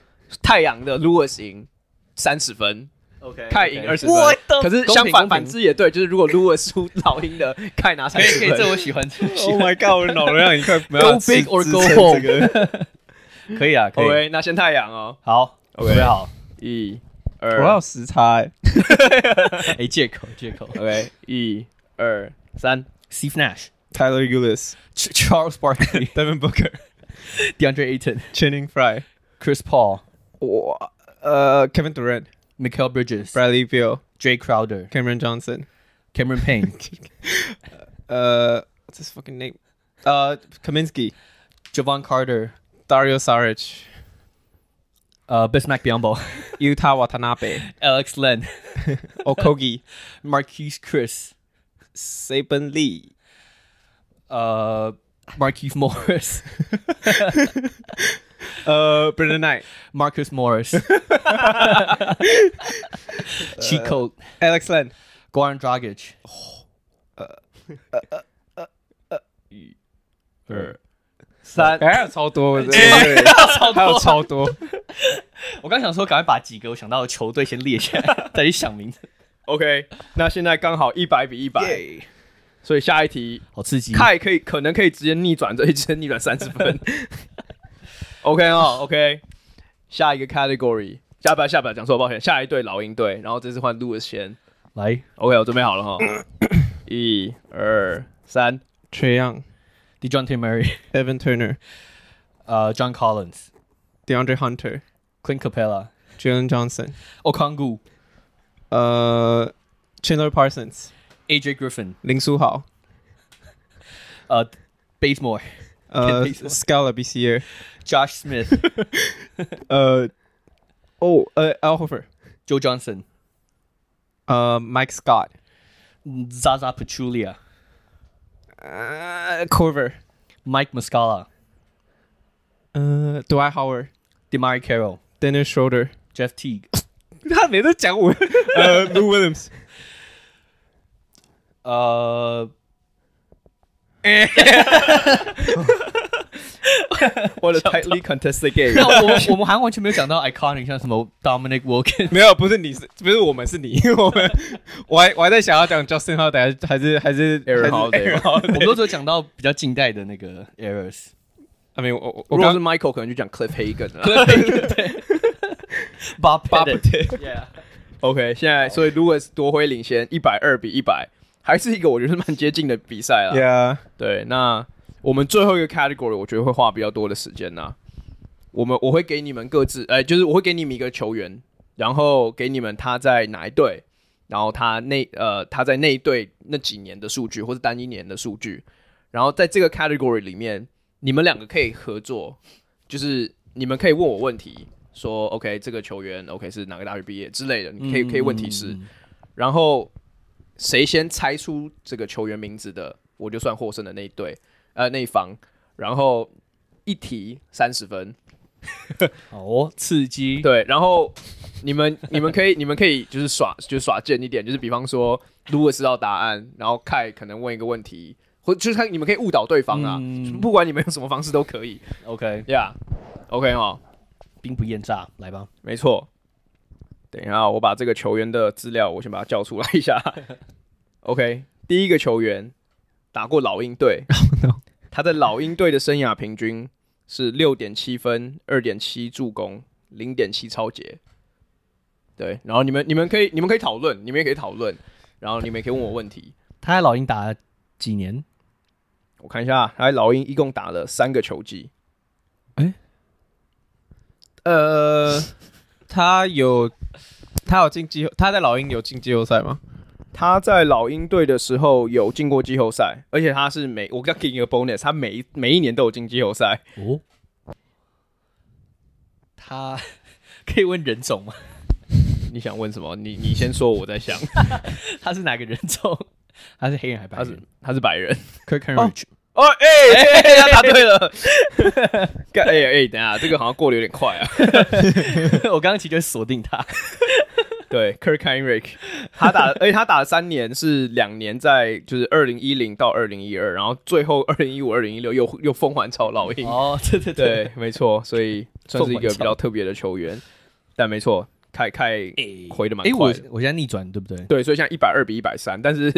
S1: 太阳的 Lewis 赢三十分，
S2: 哎 OK，
S1: 凯赢二十
S2: 十，
S1: 分，可是相反
S2: 公平
S1: 反之也对，就是如果 Lewis 输老鹰的，凯 拿
S2: 可
S1: 三
S2: 以
S1: 十
S2: 可以，这
S1: 分。
S2: 我喜欢，这我喜
S3: Oh
S2: 欢
S3: my god！我的 脑容量已经快没
S1: Go
S2: 啊
S3: 办法支
S1: big or
S3: 支
S1: go
S3: 撑
S1: home
S3: 这个
S2: 可以啊，可 以。
S1: OK，那先太阳哦，
S2: 好
S1: OK
S2: 准备好。
S1: 一、
S3: 我要
S1: 二
S3: 有时差 欸。
S2: 哎，借口借口。
S1: ，OK，一、二、三。
S2: Steve Nash、
S3: Tyler Ulis、
S2: Ch- Charles Barkley、
S3: Devin Booker、
S2: DeAndre Ayton、
S3: Channing Frye、
S2: Chris Paul、
S3: 我呃 Kevin Durant、
S2: Michael Bridges、
S3: Bradley Beal、
S2: Jay Crowder、
S3: Cameron Johnson、
S2: Cameron Payne、
S3: 呃 What's his fucking name？呃 Kaminsky、
S2: Javon Carter、
S3: Dario Saric、
S2: 呃 Bismack Biyombo、
S3: Utah Watanabe、
S2: Alex Len、
S3: Okogie、
S2: Marquise Chris、
S3: Saban Lee、
S2: 呃 Marquise Morris、
S3: 呃 Brendan Knight、
S2: Marcus Morris、Chico、
S3: Alex Len、
S2: Goran Dragic。
S1: 二、三。
S3: 还有超多，我真的还有超多。
S2: 我刚想说，赶快把几个我想到的球队先列下来，再去想名字。
S1: OK，那现在刚好一百比一百，所以下一题，
S2: 好刺激！
S1: 凯可以可能可以直接逆转这一直接逆转三十 分。OK 哦，OK，下一个 category，下不下不讲错，抱歉，下一队老鹰队，然后这次换 Louis 先。
S2: 来
S1: OK，我准备好了哈， 一二三
S3: Trey Young、
S2: ，Dejounte Murray，
S3: Evan Turner、
S2: 呃，John Collins，Clint
S3: DeAndre Hunter、
S2: Capella，Okongwu，
S3: Jalen Johnson、呃 Chandler Parsons、
S2: AJ Griffin，
S3: 林书豪、
S2: 呃，Bazemore，
S3: 呃
S2: Ken Bazemore
S3: Scala BCR、
S2: Josh Smith，Joe
S3: 呃哦呃 Al Horford、
S2: Johnson，
S3: 呃 Mike Scott、
S2: 嗯 Zaza Pachulia，Mike
S3: 呃 Corver、
S2: Muscala，Demari
S3: 呃 Dwight Howard、
S2: Carroll，Jeff
S3: Dennis Schroeder。
S2: Teague，
S3: 他每次讲我， 呃 l o u Williams。
S2: 呃
S1: ，What a tightly contested game！
S2: 那我们我们还完全没有讲到 iconic，像什么 Dominic Wilkins，
S3: 没有，不是你是，不是我们是你， 我们我还我还在想要讲 Justin h o l d a 还是还是
S1: Aaron
S3: 还是
S1: Holiday
S3: Aaron Holiday
S2: 我们都只有讲到比较近代的那个 errors。
S3: I mean，我我
S1: 如果
S3: 我
S1: 是
S3: 刚
S1: Michael，可能就讲 Cliff 啊 Hagan 了。
S2: Bob
S3: Bob
S2: Pettit
S3: Pettit
S1: OK，现在所以 Louis 夺回领先，一百二比一百，还是一个我觉得蛮接近的比赛了。
S3: ，Yeah，
S1: 对，那我们最后一个 category，我觉得会花比较多的时间呐、我们我会给你们各自，哎、就是我会给你们一个球员，然后给你们他在哪一队，然后他那呃他在那一队那几年的数据，或是单一年的数据，然后在这个 category 里面，你们两个可以合作，就是你们可以问我问题，说 OK 这个球员 OK 是哪个大学毕业之类的，你可以可以问提示，
S2: 嗯
S1: 然后谁先猜出这个球员名字的，我就算获胜的那一队，呃，那一方。然后一题三十分，
S2: 好哦，刺激。
S1: 对。然后你们 你们可以你们可以就是耍就是耍贱一点，就是比方说，如果知道答案，然后凯可能问一个问题，或就是看你们可以误导对方啊，
S2: 嗯
S1: 不管你们用什么方式都可以
S2: OK，
S1: ，Yeah，OK、哦，
S2: 兵不厌诈，来吧。
S1: 没错。等一下，我把这个球员的资料，我先把它叫出来一下。OK，第一个球员打过老鹰队
S3: no
S1: 他在老鹰队的生涯平均是六点七分、二点七助攻、零点七超节。对，然后你们你们可以你们可以讨论，你们也可以讨论，然后你们也可以问我问题。
S2: 他在老鹰打了几年？
S1: 我看一下，他在老鹰一共打了三个球季，
S3: 呃，他有他有进季后，他在老鹰有进季后赛吗？
S1: 他在老鹰队的时候有进过季后赛，而且他是每我刚给你一个 bonus，他每一每一年都有进季后赛。
S2: 哦，他可以问人种吗？
S1: 你想问什么？你你先说，我在想。
S2: 他是哪个人种？他是黑人还 白
S1: 他是
S2: 人
S1: 他是白人。
S2: ？Kirk Henry，
S1: 哦， 哎、哎哎他答对了。 干哎哎，等一下，这个好像过得有点快啊。
S2: 我刚刚其实就锁定他。
S1: 对，Kirk Heinrich，他打， 而且他打了三年，是两年在就是二零一零到二零一二，然后最后二零一五、二零一六又又疯环超老鹰。
S2: 哦，对对对，
S1: 对，没错，所以算是一个比较特别的球员。但没错，凯凯回的蛮
S2: 哎，我
S1: 快的。
S2: 我现在逆转对不对？
S1: 对，所以像一百二比一百三，但是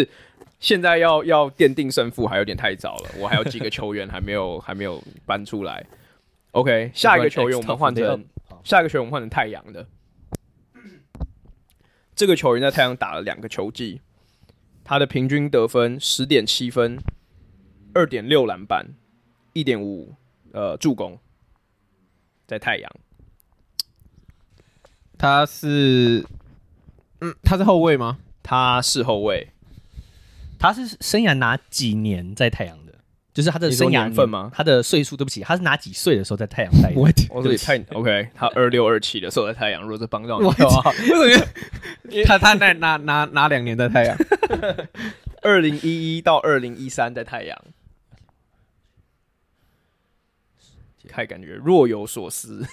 S1: 现在要要奠定胜负还有点太早了，我还有几个球员还没有 还没有搬出来。OK，下一个球员我们换成
S2: 好
S1: 下一个球员我们换成太阳的，这个球员在太阳打了两个球季，他的平均得分十点七分，二点六篮板，一点五呃助攻，在太阳
S3: 他是，嗯，他是后卫吗？
S1: 他是后卫，
S2: 他是生涯哪几年在太阳的？就是他的
S1: 你说
S2: 生涯
S1: 年份吗
S2: 他的岁数，对不起，他是哪几岁的时候在 太阳待的？
S1: 我这也哦太 OK，他二六二七的时候在太阳，如果是帮到你
S3: 我
S1: 的
S2: 哦
S1: 话，
S3: 为什么？ 他他哪哪哪哪两年在太 阳？
S1: 二零一一到二零一三在太阳，凯感觉若有所思，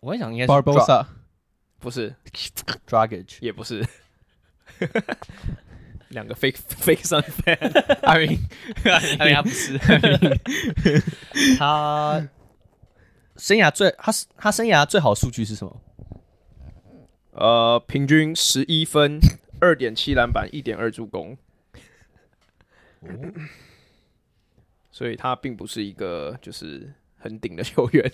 S2: 我在想应该是
S3: Barbosa
S1: 不是，
S2: Dragic，
S1: 也不是， 两个 fake fake sun fan，
S3: I mean，
S2: 哎呀，他不是，他生涯最他是他生涯最好的数据是什么？
S1: 呃，平均十一分，二点七篮板，一点二助攻，所以他并不是一个就是很顶的球员。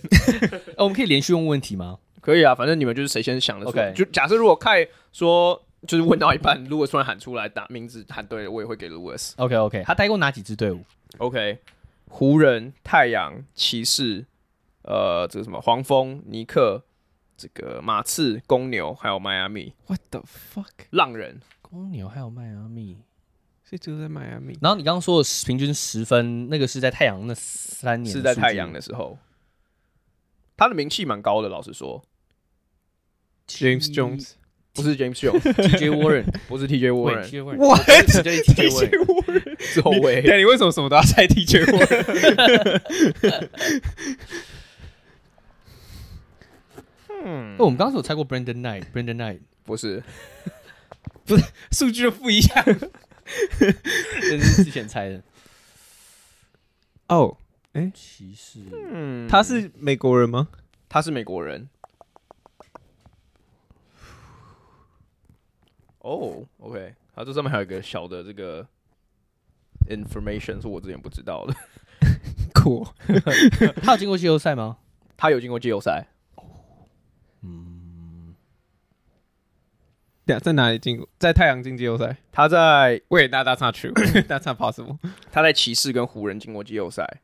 S2: 呃，我们可以连续问问题吗？
S1: 可以啊，反正你们就是谁先想的。
S2: OK
S1: 就假设如果凯说就是问到一半，如果突然喊出来打名字喊对了，我也会给 Lewis。
S2: OK OK，他待过哪几支队伍？
S1: OK，湖人、太阳、骑士，呃，这个什么黄蜂、尼克，这个马刺、公牛，还有迈阿密
S3: What the fuck？
S1: 浪人。
S2: 公牛还有迈阿密。
S3: 所以就是在迈阿密。
S2: 然后你刚刚说的十平均十分，那个是在太阳那三年
S1: 是
S2: 的
S1: 在
S2: 数
S1: 太
S2: 据
S1: 阳的时候，他的名气蛮高的，老实说，
S3: James Jones
S1: 不是 James Jones，TJ Warren，不 是 TJ
S2: 对
S1: Warren，
S2: ，TJ Warren
S3: 哇
S2: 对不起对不起 TJ Warren
S1: 是后卫
S3: 对，。你为什么什么都要猜 TJ Warren？
S2: 哦我们刚刚是有猜过 Brandon Knight，Brandon Knight
S1: 不是，
S3: 数据就不一样。
S2: 这是之前猜的。
S3: 哦，
S2: 骑士
S1: 嗯，
S3: 他是美国人吗？
S1: 他是美国人。哦、o k 好，这上面还有一个小的这个 information 是我之前不知道的。
S3: 酷，
S2: 他有进过季后赛吗？
S1: 他有进过季后赛，
S3: 对在哪里进过？在太阳进季后赛。
S1: 他在
S3: Wait, that that's not true. that's not possible.
S1: 他在骑士跟湖人进过季后赛。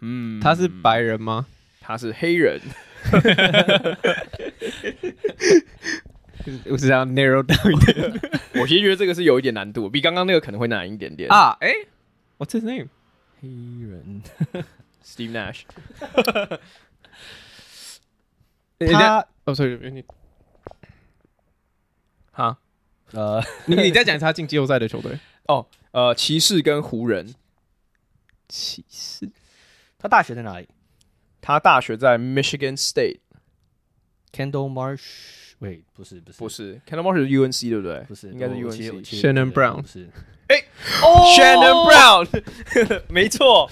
S1: 嗯，
S3: 他是白人吗？
S1: 他是黑人，
S3: 我只想 narrow down 一点
S1: 我其实觉得这个是有一点难度，比刚刚那个可能会难一点点。
S3: 啊。哎，What's eh? his name？
S2: 黑人，
S1: Steve Nash，
S3: 他哦，sorry，你 Oh,
S1: 哈，
S2: 呃，
S3: 你你再讲一次他进季后赛的球 队。
S1: 哦，呃，骑士跟湖人，
S3: 骑士
S2: 他大学在哪里
S1: 他大学在 Michigan State，
S2: ？Candle Marsh，喂，不是不是
S1: 不是 c a n d l m a r s 是 UNC 对不对？
S2: 不是，
S1: 应该是
S2: 我其实我
S1: UNC。
S2: 其实
S3: Shannon
S2: 不是
S3: Brown
S2: 不是哎哦 Oh
S1: Shannon Brown，没 错。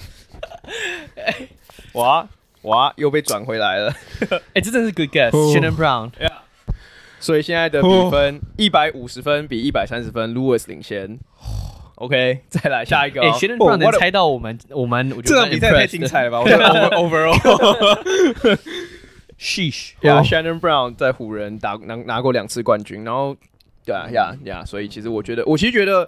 S1: 哇哇，又被转回来了。
S2: 哎，这真是 good guess。
S3: Oh
S2: Shannon Brown，
S1: 所以现在的比
S2: 哦
S1: 分一百五十分比一百三十分，Lewis 领先。OK，再来下一个、
S2: 哎
S1: 哦。
S2: ，Shannon
S3: 哦
S2: Brown 能
S3: 我的
S2: 猜到我们我们，我觉得
S3: 这场
S2: 蛮
S3: 比赛
S2: impressed
S3: 太
S2: 的
S3: 精彩了吧！我觉得 over overall，
S2: Sheesh，
S1: 呀、
S3: 哦
S1: s h a n n o n 啊 Brown 在湖人打拿拿过两次冠军，然后呀呀呀，所以其实我觉得，我其实觉得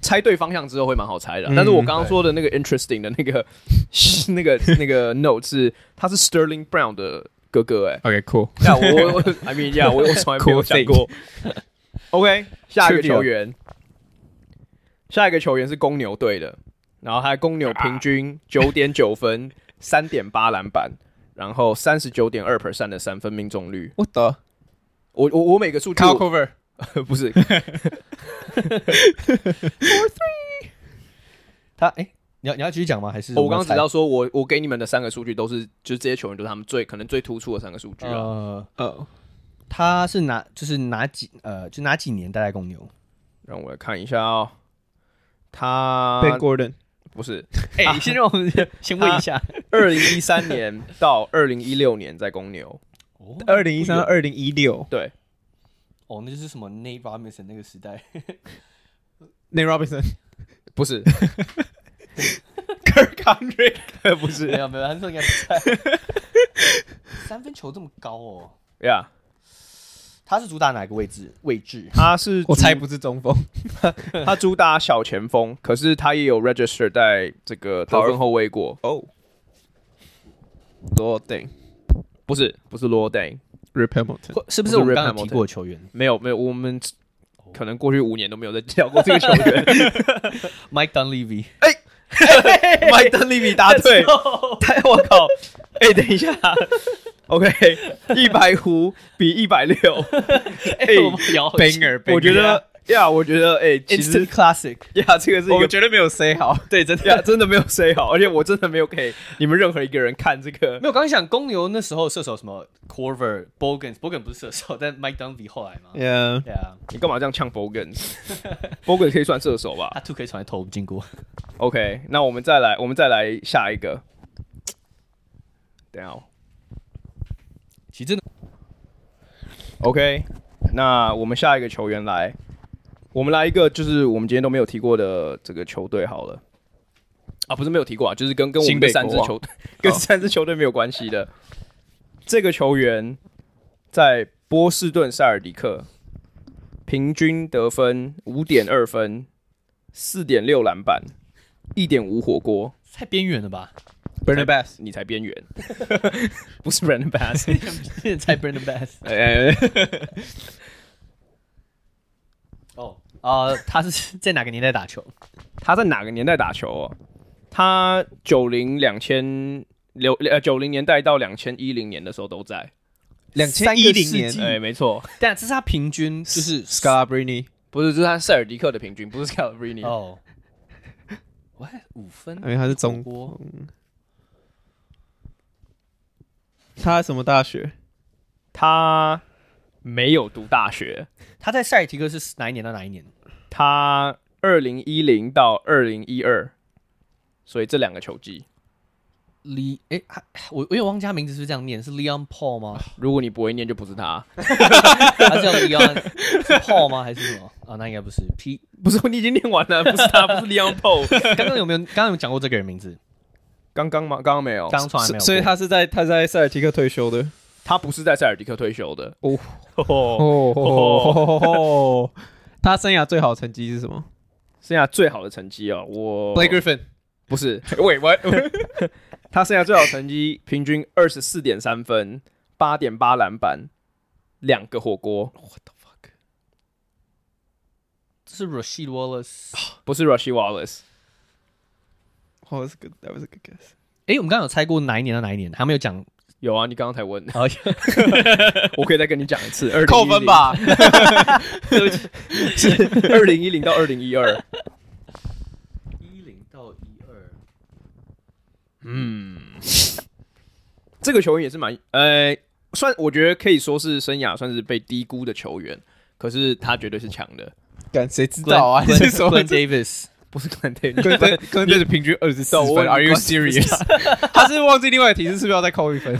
S1: 猜对方向之后会蛮好猜的。啊
S3: 嗯
S1: 但是我刚刚说的那个 interesting 的那个 那个那个 note 是，他是 Sterling Brown 的哥哥、哎。
S3: OK cool。
S1: 那我我 I mean yeah，我我从来没有
S3: Cool
S1: 想过。OK，下一个球员，下一个球员是公牛队的，然后他公牛平均九点九分，三点八篮板，然后三十九点二 percent 的三分命中率。
S3: What the
S1: 我我我每个数据
S3: Kyle Cover？
S1: 不是
S2: 他哎，你要你要继续讲吗？还是
S1: 哦我刚刚只
S2: 们
S1: 要
S2: 要
S1: 说我我给你们的三个数据都是，就是这些球员都是他们最可能最突出的三个数据
S2: 猜
S1: 啊。
S2: 呃，
S3: 呃，
S2: 他是哪就是哪几呃就哪几年待在公牛？
S1: 让我来看一下哦，他
S3: Ben Gordon Ah。
S1: 不是
S2: 哎、先让我们先问一下。
S1: 啊二零一三年到二零一六年在公牛，
S2: 哦
S3: 二零一三二零一六
S1: 对，
S2: 哦，那就是什么 Nate Robinson 那个时代。
S3: ，Nate Robinson
S1: 不是
S3: Kirk Henry
S1: 不是
S2: 没有没有，他说应该不 在。三分球这么高哦，
S1: 呀
S2: 他是主打哪个位置？位置？
S1: 他是
S3: 我
S1: 主
S3: 猜不是中锋，
S1: 他主打小前锋，可是他也有 register 在这个得分后卫过，
S3: 哦，罗定
S1: 不是不是 l o r d a n
S3: r i p Hamilton，
S2: 或是
S1: 不
S2: 不是
S1: 是
S2: 我们
S1: Rip
S2: 刚刚
S1: Hamilton
S2: 有提过的球员
S1: 没有没有，我们可能过去五年都没有再聊过这个球员。
S2: ？Mike Dunleavy。
S1: 麦登利比
S2: 啊
S1: 答对，太我靠！哎、等一下，OK，一百五比一百六， 哎
S2: 哎、我 们聊
S3: Banger，
S1: 我觉得呀，我觉得哎、其实
S2: Instant Classic。
S1: 呀，这个是
S3: 我
S1: 一
S3: 们
S1: 个
S3: 绝对没有 say 好，
S1: 对，真的呀，真的没有谁好，而且我真的没有给你们任何一个人看这个
S2: 没有，刚刚想公牛那时候射手什么 Corver、Bogans，Bogans 不是射手， 但 Mike Dunleavy 后来嘛。
S3: 嗯，
S2: 对啊，
S1: 你干嘛这样呛 Bogans？Bogans 可以算射手吧
S2: 他 Two K 传来投不进过。
S1: ？OK，那我们再来，我们再来下一个。等一下哦
S2: 其实真的，
S1: ，OK，那我们下一个球员来，我们来一个就是我们今天都没有提过的这个球队好了。啊，不是没有提过啊，就是跟跟我们
S3: 新北
S1: 的三支
S3: 国王哦
S1: 球队，跟三支球队没有关系的。这个球员在波士顿塞尔迪克平均得分五点二分，四点六篮板，一点五火锅，
S2: 太边缘了吧？
S3: Brendan Bass，
S1: 你才边缘， 不是 Brandon Bass。
S2: 在 Brandon Bass。
S1: 哎哎哎
S2: 哦，啊，他是在哪个年代打球？
S1: 他在哪个年代打球哦？他九零两千六呃九零年代到两千一零年的时候都在。
S3: 两千一
S2: 三
S3: 零
S2: 个世
S3: 年
S2: 纪
S1: 哎、没错，
S2: 但这是他平均就是
S3: Scalabrini，
S1: 不是，这是他塞尔迪克的平均，不是 Calabrini。
S2: 哦，我还五分
S3: 因，为他是中，
S2: 国
S3: 他什么大学？
S1: 他没有读大学，
S2: 他在塞尔提克是哪一年到哪一年？
S1: 他二零一零到二零一二，所以这两个球季，
S2: 李哎，他我我有忘记他名字是不是这样念，是 Leon Paul 吗？
S1: 如果你不会念就不是他，
S2: 他叫 Leon 是 Paul 吗？还是什么？啊，那应该不是 P。
S1: 不是你已经念完了，不是他，不是 Leon Paul。
S2: 刚刚有没有刚刚有讲过这个人名字？
S1: 刚刚吗？刚刚没有，
S2: 刚从来没有
S3: 所
S2: 过，
S3: 所以他是在他在塞尔提克退休的
S1: 他不是在塞尔迪克退休的
S3: 哦
S1: 哦，
S3: 哦
S1: 哦
S3: 哦，他生涯最好成绩是什么
S1: 剩下最好的成绩哦，我
S3: ？Blake Griffin，
S1: 不 是
S3: 喂喂，
S1: 他剩下最好的成绩，平均二十四点三分，八点八篮板，两个火锅，
S2: 这是 Rashid Wallace。
S1: 不是 Rushy Wallace。
S3: Oh, that's good. That was a good guess.
S2: 哎，我们刚刚有猜过哪一年到哪一年，还没有讲。
S1: 有啊，你刚刚才 问，
S2: 啊，
S1: 我可以再跟你讲一次，2010
S3: 扣分， 吧，
S1: 是二零一零到二零一二，
S2: 一零到一二，
S1: 这个球员也是蛮呃，算我觉得可以说是生涯算是被低估的球员，可是他绝对是强的，
S3: 敢谁知道啊？ 你是什么
S2: Glenn？Davis，
S1: 不是 g l e n d a
S3: 跟跟跟这是平均二十四
S1: 对我
S3: 分，Are you
S1: 我
S3: serious？他是忘记另外一题是是不是要再扣一分？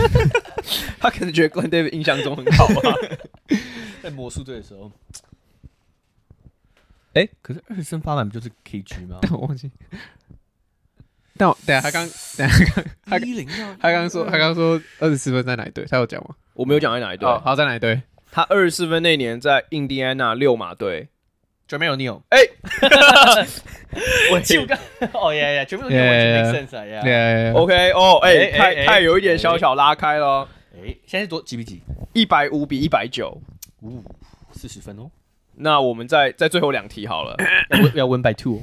S1: 他可能觉得 g l e n d a 印象中很好啊。
S2: 在魔术队的时候。哎、可是二升八满不就是 KG 吗？
S3: 但我 忘记。但我等一下他刚等一下他刚
S2: 一零到
S3: 他刚说他刚说二十四分在哪一队？他有讲吗？
S1: 我没有讲在哪一队，
S3: 哦，好在哪一队？
S1: 他二十四分那年在印第安纳六马队，
S2: Jermaine O'Neal，
S1: 喂
S2: 就刚 哦呀呀，Jermaine O'Neal
S3: Yeah,
S2: 完
S3: yeah,
S2: 全 make sense 啊呀。
S3: 对
S1: OK，哦，哎、
S2: 哎哎
S1: 太、
S2: 哎
S1: 太有一点小小拉开了，
S2: 哎、现在是多几比几？
S1: 一百五比一百九。
S2: 五四十分哦，
S1: 那我们再再最后两题 好了，
S2: 要 win- 要 win by two，哦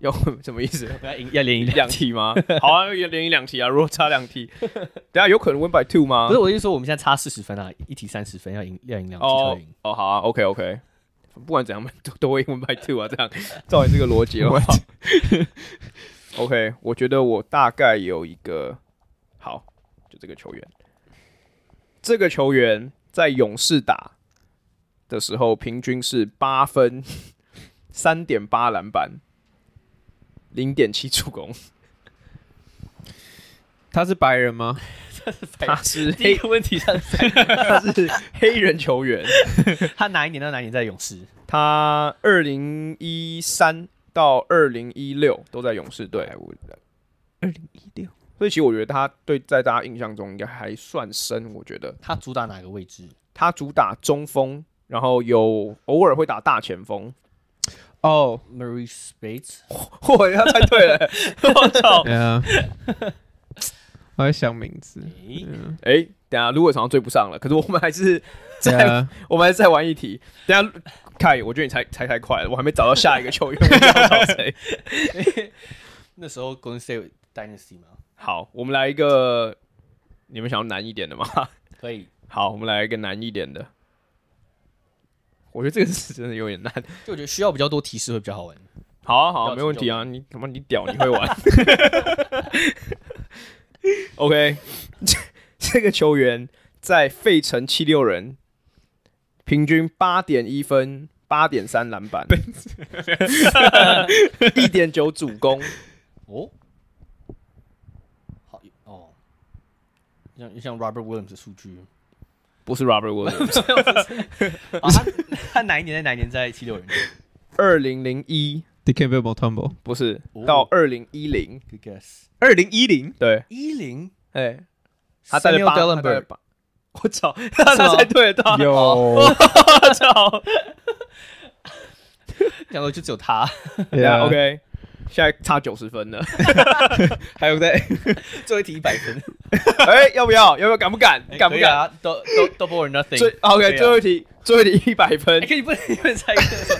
S1: 要什么意 思？
S2: 要赢要连赢两。
S1: 两题吗？好啊，连赢两题啊，如果差两 题，等下有可能 win by two 吗？
S2: 不是，我的意思说我们现在差四十分啊，一题三十分，要赢要赢两题才
S1: 哦
S2: 会赢。
S1: 哦，好啊，OK OK，不管怎样，都都会 win by two 啊，这样照你这个逻辑的话， OK，我觉得我大概有一个好，就这个球员，这个球员在勇士打的时候，平均是八分、 三点八篮板、零点七助攻，
S3: 他是白人吗？
S1: 他是
S2: 第一
S1: 黑
S2: 个问题上，
S1: 他是黑人球员，
S2: 他哪一年到哪一年在勇士？
S1: 他二零一三到二零一六都在勇士队，
S3: 二零一六，
S1: 所以其实我觉得他对在大家印象中应该还算深，我觉得。
S2: 他主打哪个位置？
S1: 他主打中锋，然后有偶尔会打大前锋。
S3: 哦，
S2: Murray Spates，
S1: 嚯，他猜对了！ 我操！
S3: 对啊， 我在想名字，
S2: 嗯
S3: 啊
S1: 哎、等一下，如果常常追不上了，可是我们还是
S3: 对
S1: 再、
S3: 啊，
S1: 我们还是再玩一题。等一下，凯，我觉得你猜猜太快了，我还没找到下一个球员，我不知道找谁。
S2: 那时候 Golden State Dynasty 吗？
S1: 好，我们来一个，你们想要难一点的吗？
S2: 可以，
S1: 好，我们来一个难一点的。我觉得这个是真的有点难。
S2: 就我觉得需要比较多提示会比较好玩。
S1: 好啊，好啊，没问题啊！你他妈你屌，你会玩。OK，这这个球员在费城七六人平均八点一分、八点三篮板、一点九助攻，
S2: 哦，好哦，像像 Robert Williams 的数 据，
S1: 不是 Robert Williams。
S2: 啊、他他哪一年在哪一年在七六人
S1: 二零零一
S3: d k b e l Tumble，
S1: 不是
S2: 哦
S1: 到二零一零，
S2: ？Good guess，
S3: 二零一零，
S1: 对，
S2: 一零，
S1: 哎，他带了八，他带了
S2: Dellenberg，
S1: 八。 我操，他猜对了，他
S3: 有，
S1: 我操。
S2: 想说就只有他，
S1: 对啊，OK，现在差九十 分了，还有在
S2: 最后一题一百 分，
S1: 哎、要不要？要不要？敢不敢？敢不
S2: 可以
S1: 敢？
S2: 啊？都 都 double or nothing。
S1: 最 OK，、
S2: 对啊
S1: 最后一题，最后一题一百分
S2: 哎，可以不能你们猜一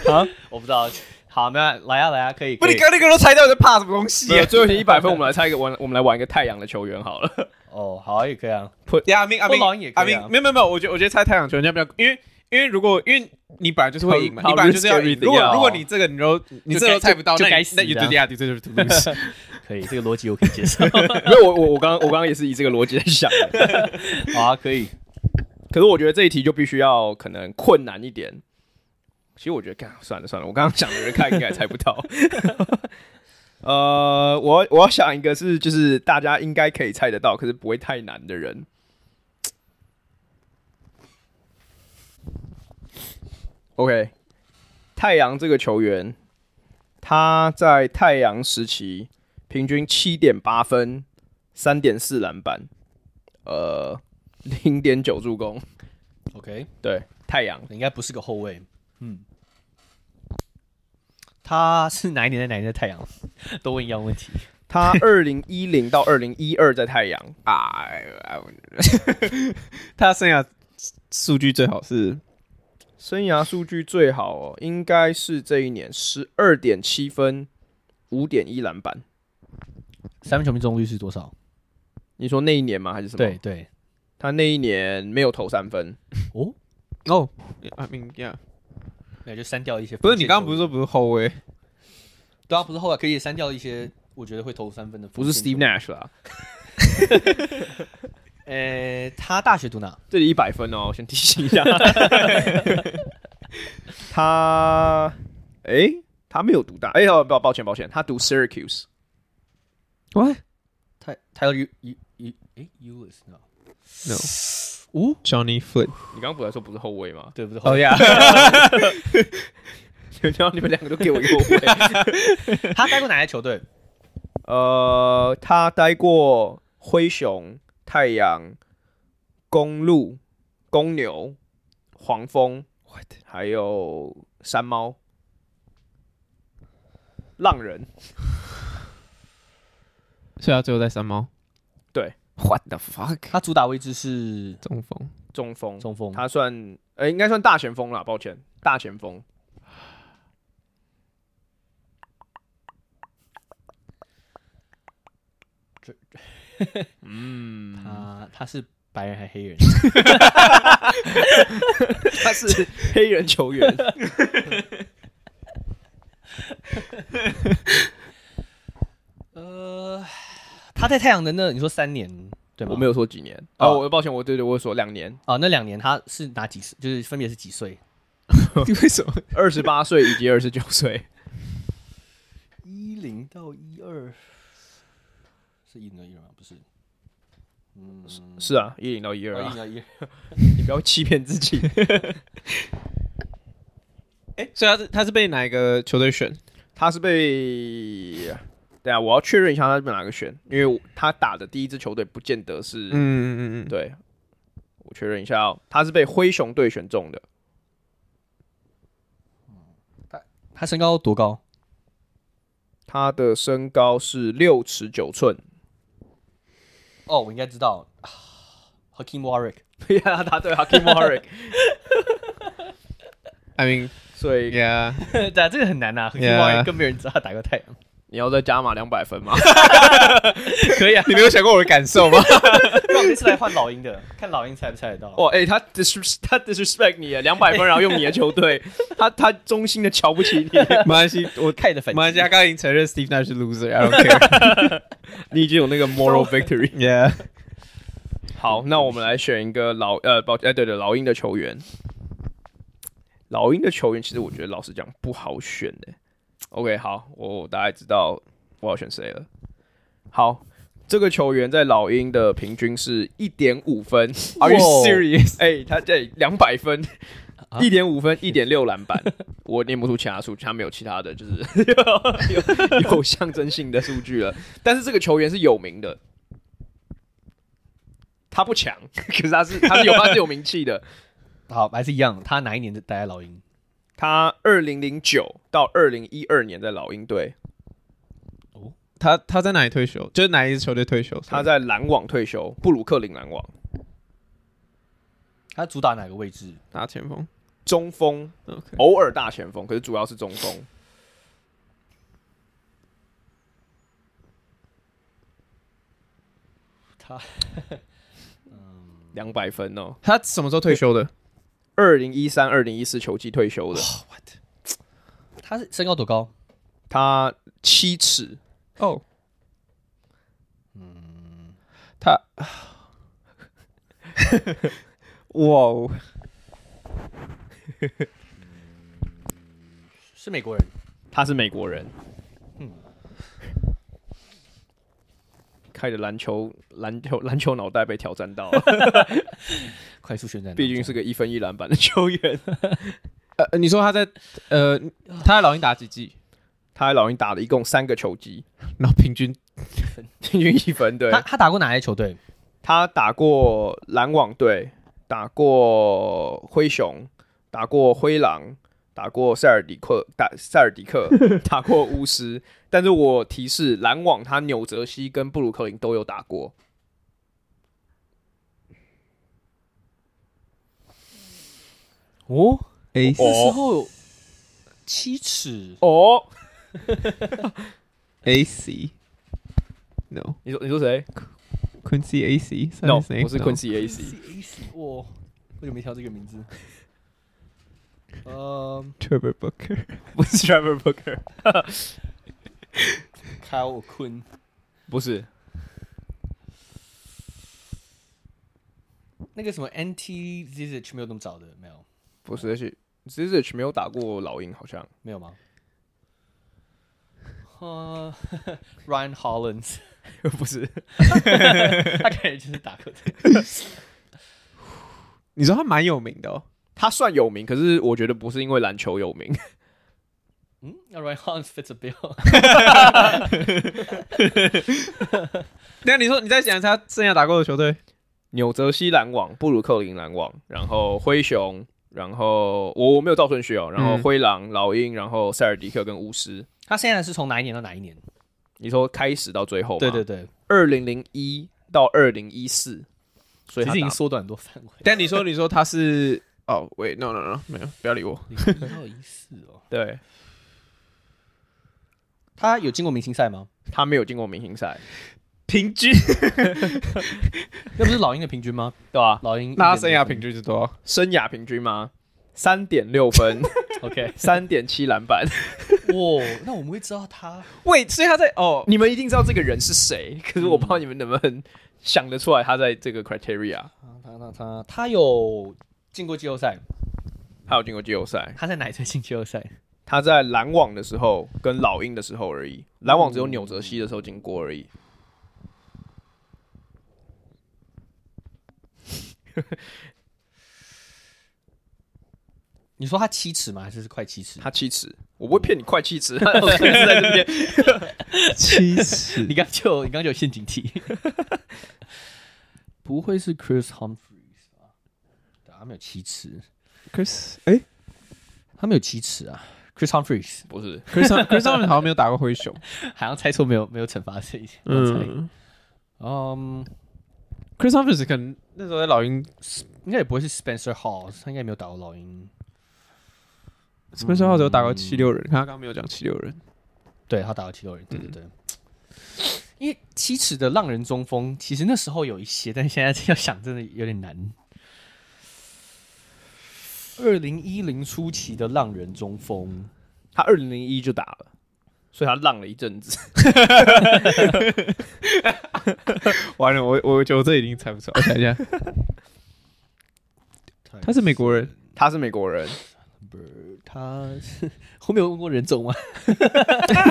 S2: 个
S1: 啊！
S2: 我不知道。好，没有，来啊来啊，可以。
S3: 不，
S2: 可
S3: 你
S2: 以
S3: 刚那个都猜到，你在怕什么东西
S1: 没有最后一题一百分，我们来猜一个玩，我们来玩一个太阳的球员 好了。
S2: 哦，好啊，也可以啊。
S3: 呀，阿明阿明
S2: 布朗也可
S3: 阿
S2: 以啊
S3: 明，没有没有没有，我觉得我觉得猜太阳球人家比较，因为因为如果因为你本来就是会赢嘛，
S1: 好
S3: 你本来就是要赢
S1: risk。everything
S3: 如果
S1: 啊
S3: 如果你这个你都你这个都猜不到，
S2: 就
S3: 那
S2: 该
S3: 你
S2: 死
S3: 那你
S2: 的
S3: 对呀，你这就是 lose。
S2: 可以，这个逻辑我可以接 受。
S1: 没有，我我我刚刚我刚刚也是以这个逻辑在想的，
S2: 好啊，可以。
S1: 可是我觉得这一题就必须要可能困难一点。其实我觉得，干算了算了，我刚刚想的人看应该也猜不到。呃，我我要想一个是就是大家应该可以猜得到，可是不会太难的人。OK，太阳这个球员，他在太阳时期平均七点八分、三点四篮板，呃，零点九助攻。
S2: OK，
S1: 对，太阳
S2: 应该不是个后卫。嗯，他是哪一年在哪一年在太阳？ 都问一样问题。
S1: 他二零一零到二零一二在太阳，
S3: 哎，哎我他生涯数据最好是
S1: 生涯数据最好哦，应该是这一年十二点七分，五点一篮板。
S2: 三分球命中率是多少？
S1: 你说那一年吗？还是什么？
S2: 对，对，
S1: 他那一年没有投三分。
S2: 哦，
S3: 哦，阿明呀，
S2: 那就删掉一些。
S3: 不是你刚刚不是说不是后卫？
S2: 对啊，不是后来可以删掉一些，我觉得会投三分的。
S1: 不是 Steve Nash 啦，
S2: 呃，他大学读哪？
S1: 这里一百分哦，先提醒一下。他，诶，他没有读大，哎、哦，抱抱歉抱歉，他读 Syracuse，
S3: 喂
S2: 泰泰勒 U U U 哎 U S 呢？
S3: ，No，
S2: 哦，
S3: Johnny Foot，
S1: 你刚刚不是说不是后卫吗？
S2: 对不对？
S3: 哦呀，
S1: 然后你们两个都给我一个后卫。
S2: 他待过哪些球队？
S1: 呃，他待过灰熊、太阳、公路、公牛、黄蜂还有山猫、浪人。
S3: 所以他最后在三猫。
S1: 对
S3: ，What the fuck？
S2: 他主打位置是
S3: 中锋，
S1: 中锋，
S2: 中锋。
S1: 他算呃，应该算大前锋啦，抱歉，大前 锋。
S3: 嗯
S2: 他他是白人还是黑 人？
S1: 他是黑人球 员，
S2: 呃，他在太阳的那你说三年对吗？
S1: 我没
S2: 有
S1: 有说几年
S2: 哦
S1: 啊，我抱歉，我对对，我说两年，
S2: 啊，那两年他是哪几岁？就是分别是几岁？
S3: 为什么？
S1: 二十八岁以及二十九岁，
S2: 一零到一二，是一零到一二吗？不是，嗯， 哦
S1: 是啊，一零到一二
S2: 一
S1: 啊
S2: 零，到一二，
S1: 你不要欺骗自 己。
S3: 哎，所以他是他是被哪一个球队选？
S1: 他是被，对啊，我要确认一下他是被哪个选，因为他打的第一支球队不见得是，
S3: 嗯嗯嗯嗯，
S1: 对，我确认一下、哦，他是被灰熊队选中的，
S2: 他身高多高？
S1: 他的身高是六尺九寸，
S2: 哦，我应该知道 h a k i m Warwick。
S1: 对啊，他答对 Hakim Warwick，
S3: ，I mean
S1: 所以
S3: yeah，
S2: 对啊，这个很难啊，很
S3: Yeah
S2: 外更没有人知道他打过太阳。
S1: 你要再加码两百分吗？
S2: 可以啊，
S3: 你没有想过我的感受 吗？
S2: 那我们这次来换老鹰的，看老鹰猜不猜得到。
S1: 哇，哎、他 dis 他 disrespect 你两百分， 然后用你的球队，他他衷心的瞧不起你，
S3: 没关系，我
S2: 看的粉
S3: 马来西亚刚已经承认 Steve Nash 是 loser，I don't care。
S1: 你已经有那个 moral victory。
S3: Yeah，
S1: 好，那我们来选一个老呃，抱哎，对对，老鹰的球员。老鹰的球员，其实我觉得老实讲不好选的、OK，好，我我大概知道我要选谁了。好，这个球员在老鹰的平均是一点五分。
S3: Are you
S2: Whoa
S3: serious？
S1: 哎、他这两百分，一点五分，一点六篮板， 我念不出其他数据，他没有其他的，就是 有有有象征性的数据了。但是这个球员是有名的，他不强， 可是他是他是有他是有名气的。
S2: 好，还是一样，他哪一年的待在老鹰？
S1: 他二零零九到二零一二年在老鹰队，
S3: 他他在哪里退休？就是哪一支球队退休？
S1: 他在篮网退休，布鲁克林篮网
S2: 他主打哪个位置？
S3: 打前锋。
S1: 中锋，
S3: OK，
S1: 偶尔大前锋，可是主要是中锋。
S2: 他
S1: 两百分哦，
S3: 他什么时候退休的？
S1: 二零一三、二零一四球季退休的，
S2: 他是身高多高？
S1: 他七尺，
S3: 哦，嗯，他， 哇哦，
S2: 是美国人。
S1: 他是美国人。开着篮球篮球篮球脑袋被挑战到了，
S2: 快速旋转，
S1: 毕竟是个一分一篮板的球员。
S3: 呃，你说他在呃，他在老鹰打几季？
S1: 他在老鹰打了一共三个球季，
S3: 然后平均
S1: 平均一分。对
S2: 他他打过哪些球队？
S1: 他打过篮网队，打过灰熊，打过灰狼，打过塞尔迪克，打塞尔迪克，打过巫师。但是我提示，篮网他纽泽西跟布鲁克林都有打过。
S2: 哦，那
S3: A
S2: 时候七尺，
S1: 哦，
S3: A C No
S1: 你说你说谁
S3: Quincy A C
S1: ？No，不是
S3: Quincy
S1: Quincy AC。
S2: 我为什么没挑这个名字？ 呃
S3: Trevor Booker
S1: 不是 Trevor Booker，
S2: ，Kyle Kun，
S1: 不是
S2: 那个什么 NT Zizic 没有那么早的，没有
S1: 不是，而且 Zizic 没有打过老鹰，好像
S2: 没有吗？ 呃 ，Ryan Hollins，
S1: 不是。
S2: 他感觉就是打过这个。
S3: 你说他蛮有名的哦，
S1: 他算有名，可是我觉得不是因为篮球有名。
S2: 嗯，那 Ryan Hollins fits a bill。
S3: 那你说你再讲一下他生涯打过的球 队，
S1: 纽泽西篮网、布鲁克林篮网，然后灰熊，然后我我没有照顺序哦，然后
S3: 嗯
S1: 灰狼、老鹰，然后塞尔迪克跟巫师。
S2: 他现在是从哪一年到哪一年？
S1: 你说开始到最后吗？
S2: 对对，对，
S1: 二零零一到二零一四，所以
S2: 其
S1: 他
S2: 实已经
S1: 打
S2: 缩短很多范围。
S3: 但你说你说他是哦，喂，no no no，没有，不要理我。
S2: 零一到一四哦，
S1: 对
S2: 他有进过明星赛 吗？
S1: 他没有进过明星赛，
S3: 平均，
S2: 那不是老鹰的平均吗？
S1: 对啊吧、
S2: 老鹰
S3: 那他生涯平均是多少？
S1: 生涯平均吗？三点六分，
S2: ，OK，
S1: 三点七篮板，
S2: 哇，那我们会知道他
S3: 喂，所以他在哦，
S1: 你们一定知道这个人是谁，可是我
S2: 嗯
S1: 不知道你们能不能想得出来他在这个 criteria，
S2: 他他他他他有进过季后赛，
S1: 他有进过季后赛，
S2: 他在哪一队进季后赛？
S1: 他在篮网的时候跟老鹰的时候而已，篮网只有纽泽西的时候经过而已。
S2: 你说他七尺吗？还是快七尺？
S1: 他七尺，我不会骗你，快七 尺，他有可能是在这边。
S3: 七十
S2: 你刚就你刚就有陷阱题， 不会是 Chris Humphries 吧？对啊他没有七尺，
S3: ，Chris，哎
S2: 他没有七尺啊。Chris Humphries
S1: 不是，
S3: ，Chris Chris 他们好像没有打过灰熊，
S2: 好像猜错，没有没有惩罚这一点。嗯，
S3: 嗯
S2: 嗯
S3: ，Chris Humphries 可能那时候在老鹰
S2: 应该也不会是 Spencer Hall，他应该也没有打过老鹰。
S3: ，Spencer Hall 只有打过七六人，看他刚刚没有讲七六人，
S2: 对他打到七六人，对对对。因为七尺的浪人中锋，其实那时候有一些，但现在要想真的有点难。二零一零初期的浪人中锋，
S1: 他二零零一就打了，所以他浪了一阵子。
S3: 完了，我我觉得我这已经猜不出来，我 想一下，他是美国人，
S1: 他是美国人，
S2: 他是后面有问过人种吗？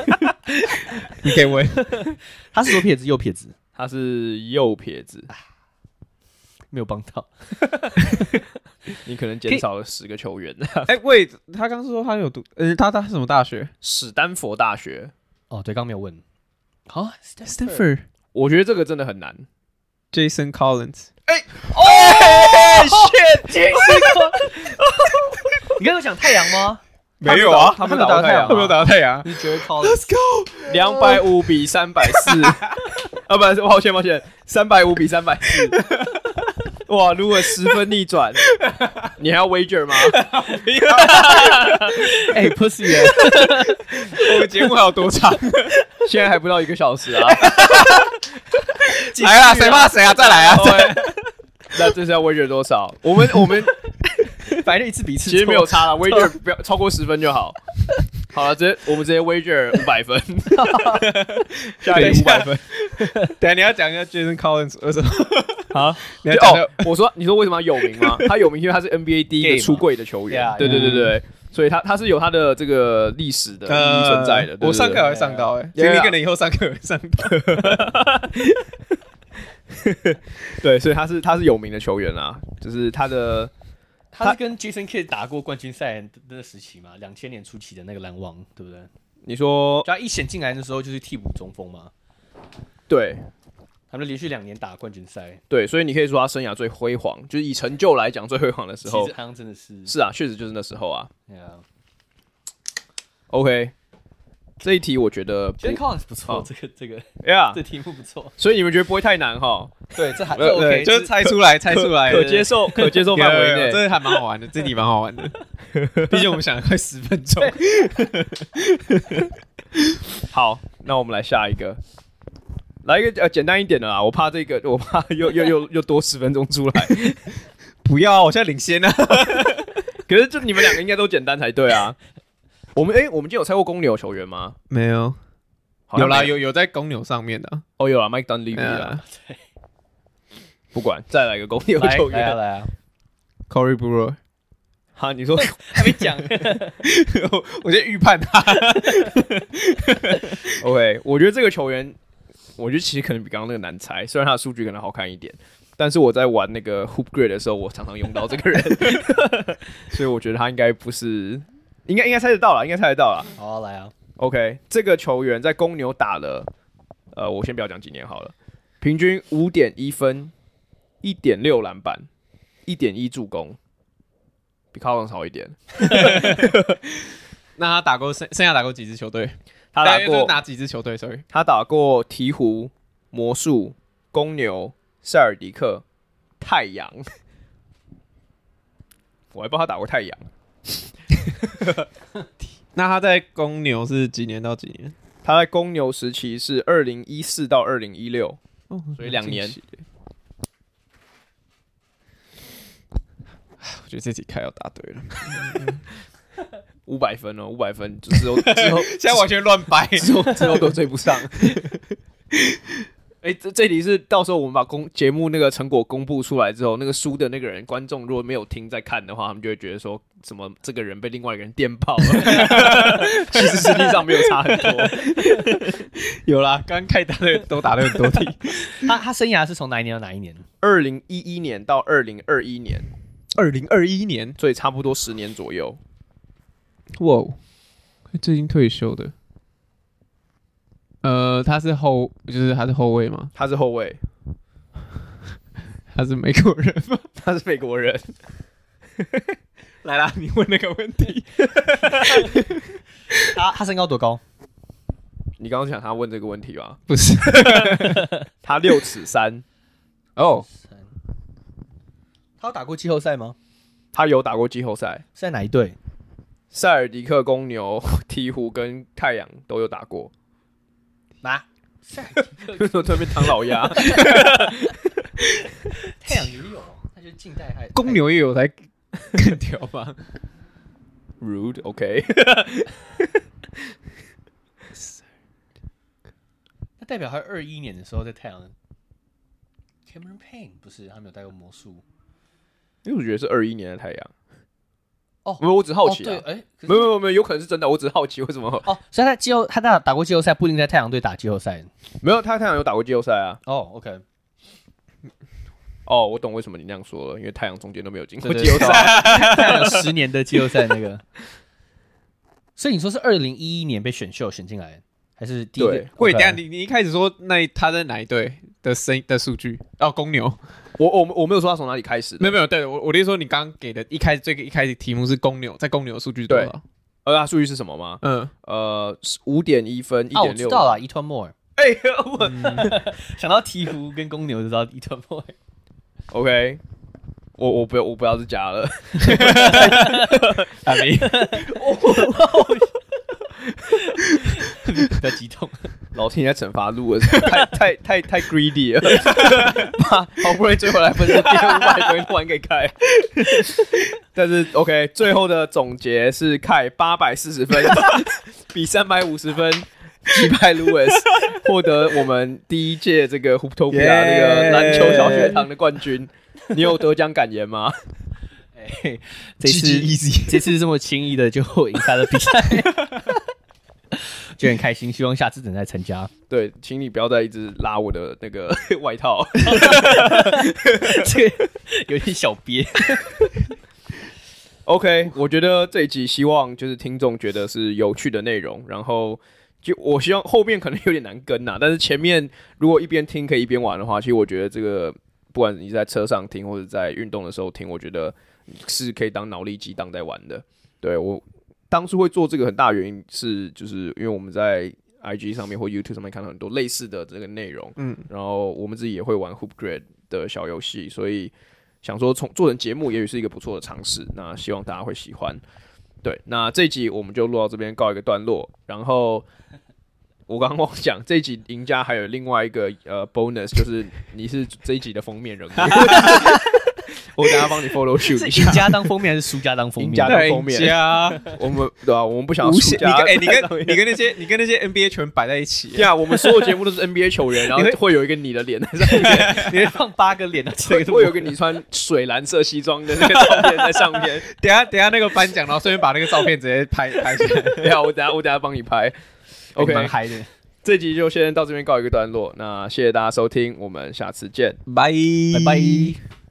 S3: 你可以问，
S2: 他是左撇子右撇子，
S1: 他是右撇子，
S2: 没有帮到。
S1: 你可能减少了十个球员。
S3: 哎喂，他刚说他有读，嗯，他他是什么大学
S1: 史丹佛大学，
S2: 哦，对，刚刚没有 问。好、啊，
S3: ？Stanford
S1: 我觉得这个真的很难。
S3: Jason Collins，
S1: 哎，shit，
S2: 你刚刚有讲太阳吗？
S1: 没有啊
S3: 他没有打到太阳，
S1: 他没有
S3: 打到太阳，
S2: 你觉得 Collins
S1: 两百五比三百 四，啊，不是，抱歉抱歉，三百五比三百 四。哇！如果十分逆转，你还要 wager 吗？
S2: 哎，Pussy 耶
S3: 我们节目还有多长？
S1: 现在还不到一个小时 啊！
S3: 来啦，谁怕谁啊？再来啊！
S1: 哦 那这是要 wager 多少？我们我 们
S2: 反正一次比一次
S1: 其实没有差了，wager 不要超过十分就好。好了，直接我们直接 wager 五百 分，啊下一
S3: 啊等一
S1: 个
S3: 下
S1: 五百分。
S3: 等一下你要讲一下 Jason Collins 为什么？
S2: 啊，
S3: 你要
S1: 就
S3: 讲
S1: 哦
S3: 到，啊
S1: 我说你说为什么要有名 吗？他有名，因为他是 NBA 第一
S2: Gay
S1: 个
S2: 嘛
S1: 出柜的球员
S2: Yeah，。
S1: 对对对对，所以他他是有他的这个历史的意义存在的。对
S3: 呃我上课还
S1: 对
S3: 会上到哎，
S1: 对对对
S3: 经理可能以后上课也会上到。
S1: 对，所以他是他是有名的球员啊，就是他的
S2: 他是跟 Jason Kidd 打过冠军赛的那时期嘛，两千年初期的那个篮网，对不对？
S1: 你说
S2: 就他一选进来的时候就是替补中锋嘛，
S1: 对
S2: 他们连续两年打冠军赛，
S1: 对，所以你可以说他生涯最辉煌，就是以成就来讲最辉煌的
S2: 其
S1: 时
S2: 实
S1: 候
S2: 好。像真的是，
S1: 是啊，确实就是那时候啊。
S2: 对啊
S1: OK，这一题我觉得不
S2: ，Jason Collins 不错
S1: 哦，
S2: 这个这个
S1: Yeah，
S2: 这题目不错，
S1: 所以你们觉得不会太难哈？
S2: 对， 这还
S3: 对
S2: 这
S3: 对，
S2: OK，
S3: 就
S2: 这
S3: 是猜出来，猜出来，
S1: 可接受，可接受
S3: 有
S1: 范
S3: 有有
S1: 围内。
S3: 这还蛮好玩的，这题蛮好玩的。毕竟我们想了快十分钟，
S1: 好，那我们来下一个，来一个呃简单一点的啦。我怕这个，我怕又又又又多十分钟出来。
S3: 不要，我现在领先了。
S1: 可是就你们两个应该都简单才对啊。我们诶，我们今天有猜过公牛球员吗？
S3: 没有，
S1: 好
S3: 有
S1: 像
S3: 啦，
S1: 没
S3: 有有在公牛上面的啊。
S1: 哦有啦 m i k e Dunleavy 啦。不管，再来一个公牛
S2: 来
S1: 球
S2: 来 啊
S1: 员。
S2: 来啊，
S3: Corey Brewer，
S1: 哈，你说
S2: 还没讲，
S3: 我我先预判他。
S1: OK，我觉得这个球员，我觉得其实可能比刚刚那个难猜，虽然他的数据可能好看一点，但是我在玩那个 Hoop Grid 的时候，我常常用到这个 人，所以我觉得他应该不是，应该应该猜得到了，应该猜得到了。
S2: 好啊来啊，
S1: OK，这个球员在公牛打了，呃，我先不要讲几年好了，平均五点一分，一点六篮板，一点一助攻，比 Collins 好一点。
S3: 那他打过剩剩下打过几支球队？
S1: 他打
S3: 大约是
S1: 过
S3: 哪几支球队？Sorry，
S1: 他打过鹈鹕、魔术、公牛、塞尔迪克、太阳。 我还不知道他打过太阳，
S3: 那他在公牛是几年到几年？
S1: 他在公牛时期是二零一四到二零一六，
S3: 哦，
S1: 所以两年
S3: 蛮惊喜的。 我觉得这题开要答对了。
S1: 五百分哦，五百分，就是 之后之后
S3: 现在完全乱掰。
S1: 之后之后都追不上。 哎、这这题是到时候我们把公节目那个成果公布出来之后，那个输的那个人，观众如果没有听在看的话，他们就会觉得说，什么这个人被另外一个人电爆 了，其实实际上没有差很多。
S3: 有啦，刚开打的都打的很多题，
S2: 他他生涯是从哪一年到哪一年？
S1: 二零一一年到二零二一年，
S3: 二零二一年，
S1: 所以差不多十年左右。
S3: 哇，哦最近退休的。呃，他是后，就是他是后卫吗？
S1: 他是后卫，
S3: 他是美国人吗？
S1: 他是美国人。
S3: 来啦，你问那个问题。
S2: 他他身高多高？
S1: 你刚刚想他问这个问题吧？
S3: 不是
S1: 他六尺三，
S3: 哦，
S2: 他有打过季后赛吗？
S1: 他有打过季后赛，
S2: 是在哪一队？
S1: 塞尔迪克公牛、 鹈鹕跟太阳都有打过。
S2: 哪？
S1: 为什么对面唐老鸭？
S2: 太阳也有，他就是近代还哎
S3: 公牛也有才更屌吧？
S1: Rude, OK，
S2: 他代表他二一年的时候在太阳。Cameron Payne 不是，他没有带过魔术。
S1: 因为我觉得是二一年的太阳。
S2: 哦
S1: 没有，我只好奇
S2: 哦，对，
S1: 啊，
S2: 哎、可是
S1: 没有没有没有，有可能是真的，啊我只是好奇为 什么
S2: 哦，所以他季后他打打过季后赛，不一定在太阳队打季后赛。
S1: 没有他太阳有打过季后赛啊？
S2: 哦，OK，
S1: 哦，我懂为什么你那样说了，因为太阳中间都没有进过
S2: 对对
S1: 季后赛。
S2: 太阳十年的季后赛那个。 所以你说是二零一一年被选秀选进来，还是第一
S1: 对
S2: 个？OK
S3: 喂，等一下你你一开始说那他在哪一队的声的数据？哦，公牛。
S1: 我我我没有说他从哪里开始的，
S3: 没有没有，对我我的意思说，你刚刚给的一开始最一开始题目是公牛，在公牛的数据是多少？
S1: 呃，他数据是什么吗？
S3: 嗯，
S1: 呃，五点一分，一
S2: 啊，我
S1: 点
S2: 知
S1: 六。
S2: 道了，伊顿莫尔。
S1: 哎呀，我
S2: 想到鹈鹕跟公牛就知道伊顿莫尔。
S1: OK，我我不要我不要是加了，
S3: 阿明，
S2: 比较激动。
S1: 老天爷在惩罚路了， 太太太太 greedy 了， 妈，好不容易追回来分数，跌五百分突然给开，但是 OK，最后的总结是凯八百四十分，比三百五十分。击败 Lewis，获得我们第一届这个 Hooptopia 这个篮球小学堂的冠军。你有得奖感言吗？
S2: 哎，这次这次这么轻易的就赢下了比赛，就很开心。希望下次等再参加，
S1: 对，请你不要再一直拉我的那个外套。
S2: 这个有点小憋。
S1: OK，我觉得这一集希望就是听众觉得是有趣的内容，然后就我希望后面可能有点难跟呐、但是前面如果一边听可以一边玩的话，其实我觉得这个不管你是在车上听或者在运动的时候听，我觉得是可以当脑力激荡在玩的。对我当初会做这个很大原因是，就是因为我们在 IG 上面或 YouTube 上面看到很多类似的这个内容，
S3: 嗯，
S1: 然后我们自己也会玩 Hoop Grid 的小游戏，所以想说从做成节目也许是一个不错的尝试，那希望大家会喜欢。对，那这一集我们就录到这边告一个段落，然后。我刚刚忘讲，这一集赢家还有另外一个呃 bonus，就是你是这一集的封面人物，我等一下帮你 follow shoot 一
S2: 是赢
S1: 下。
S2: 家当封面还是输家当封面？
S1: 赢家当封面
S3: 对啊，
S1: 我们对啊，我们不想要
S3: 无
S1: 输
S3: 限，你
S1: 家。
S3: 跟哎你跟你跟那些你跟那些 NBA 全摆在一起
S1: 对，啊，我们所有节目都是 NBA 球员，然后
S2: 你会
S1: 会有一个 你的脸 在上面，
S2: 你会放八个脸的这
S1: 会
S2: 个
S1: 会有一个你穿水蓝色西装的 那个照片在上 面。
S3: 等一下等一下那个颁奖，然后顺便把那个照片直接拍拍起来。
S1: 对啊，我等下我等下帮你拍。OK，
S2: 蛮嗨的。
S1: 这集就先到这边告一个段落，那谢谢大家收听，我们下次见。
S3: 拜
S2: 拜拜。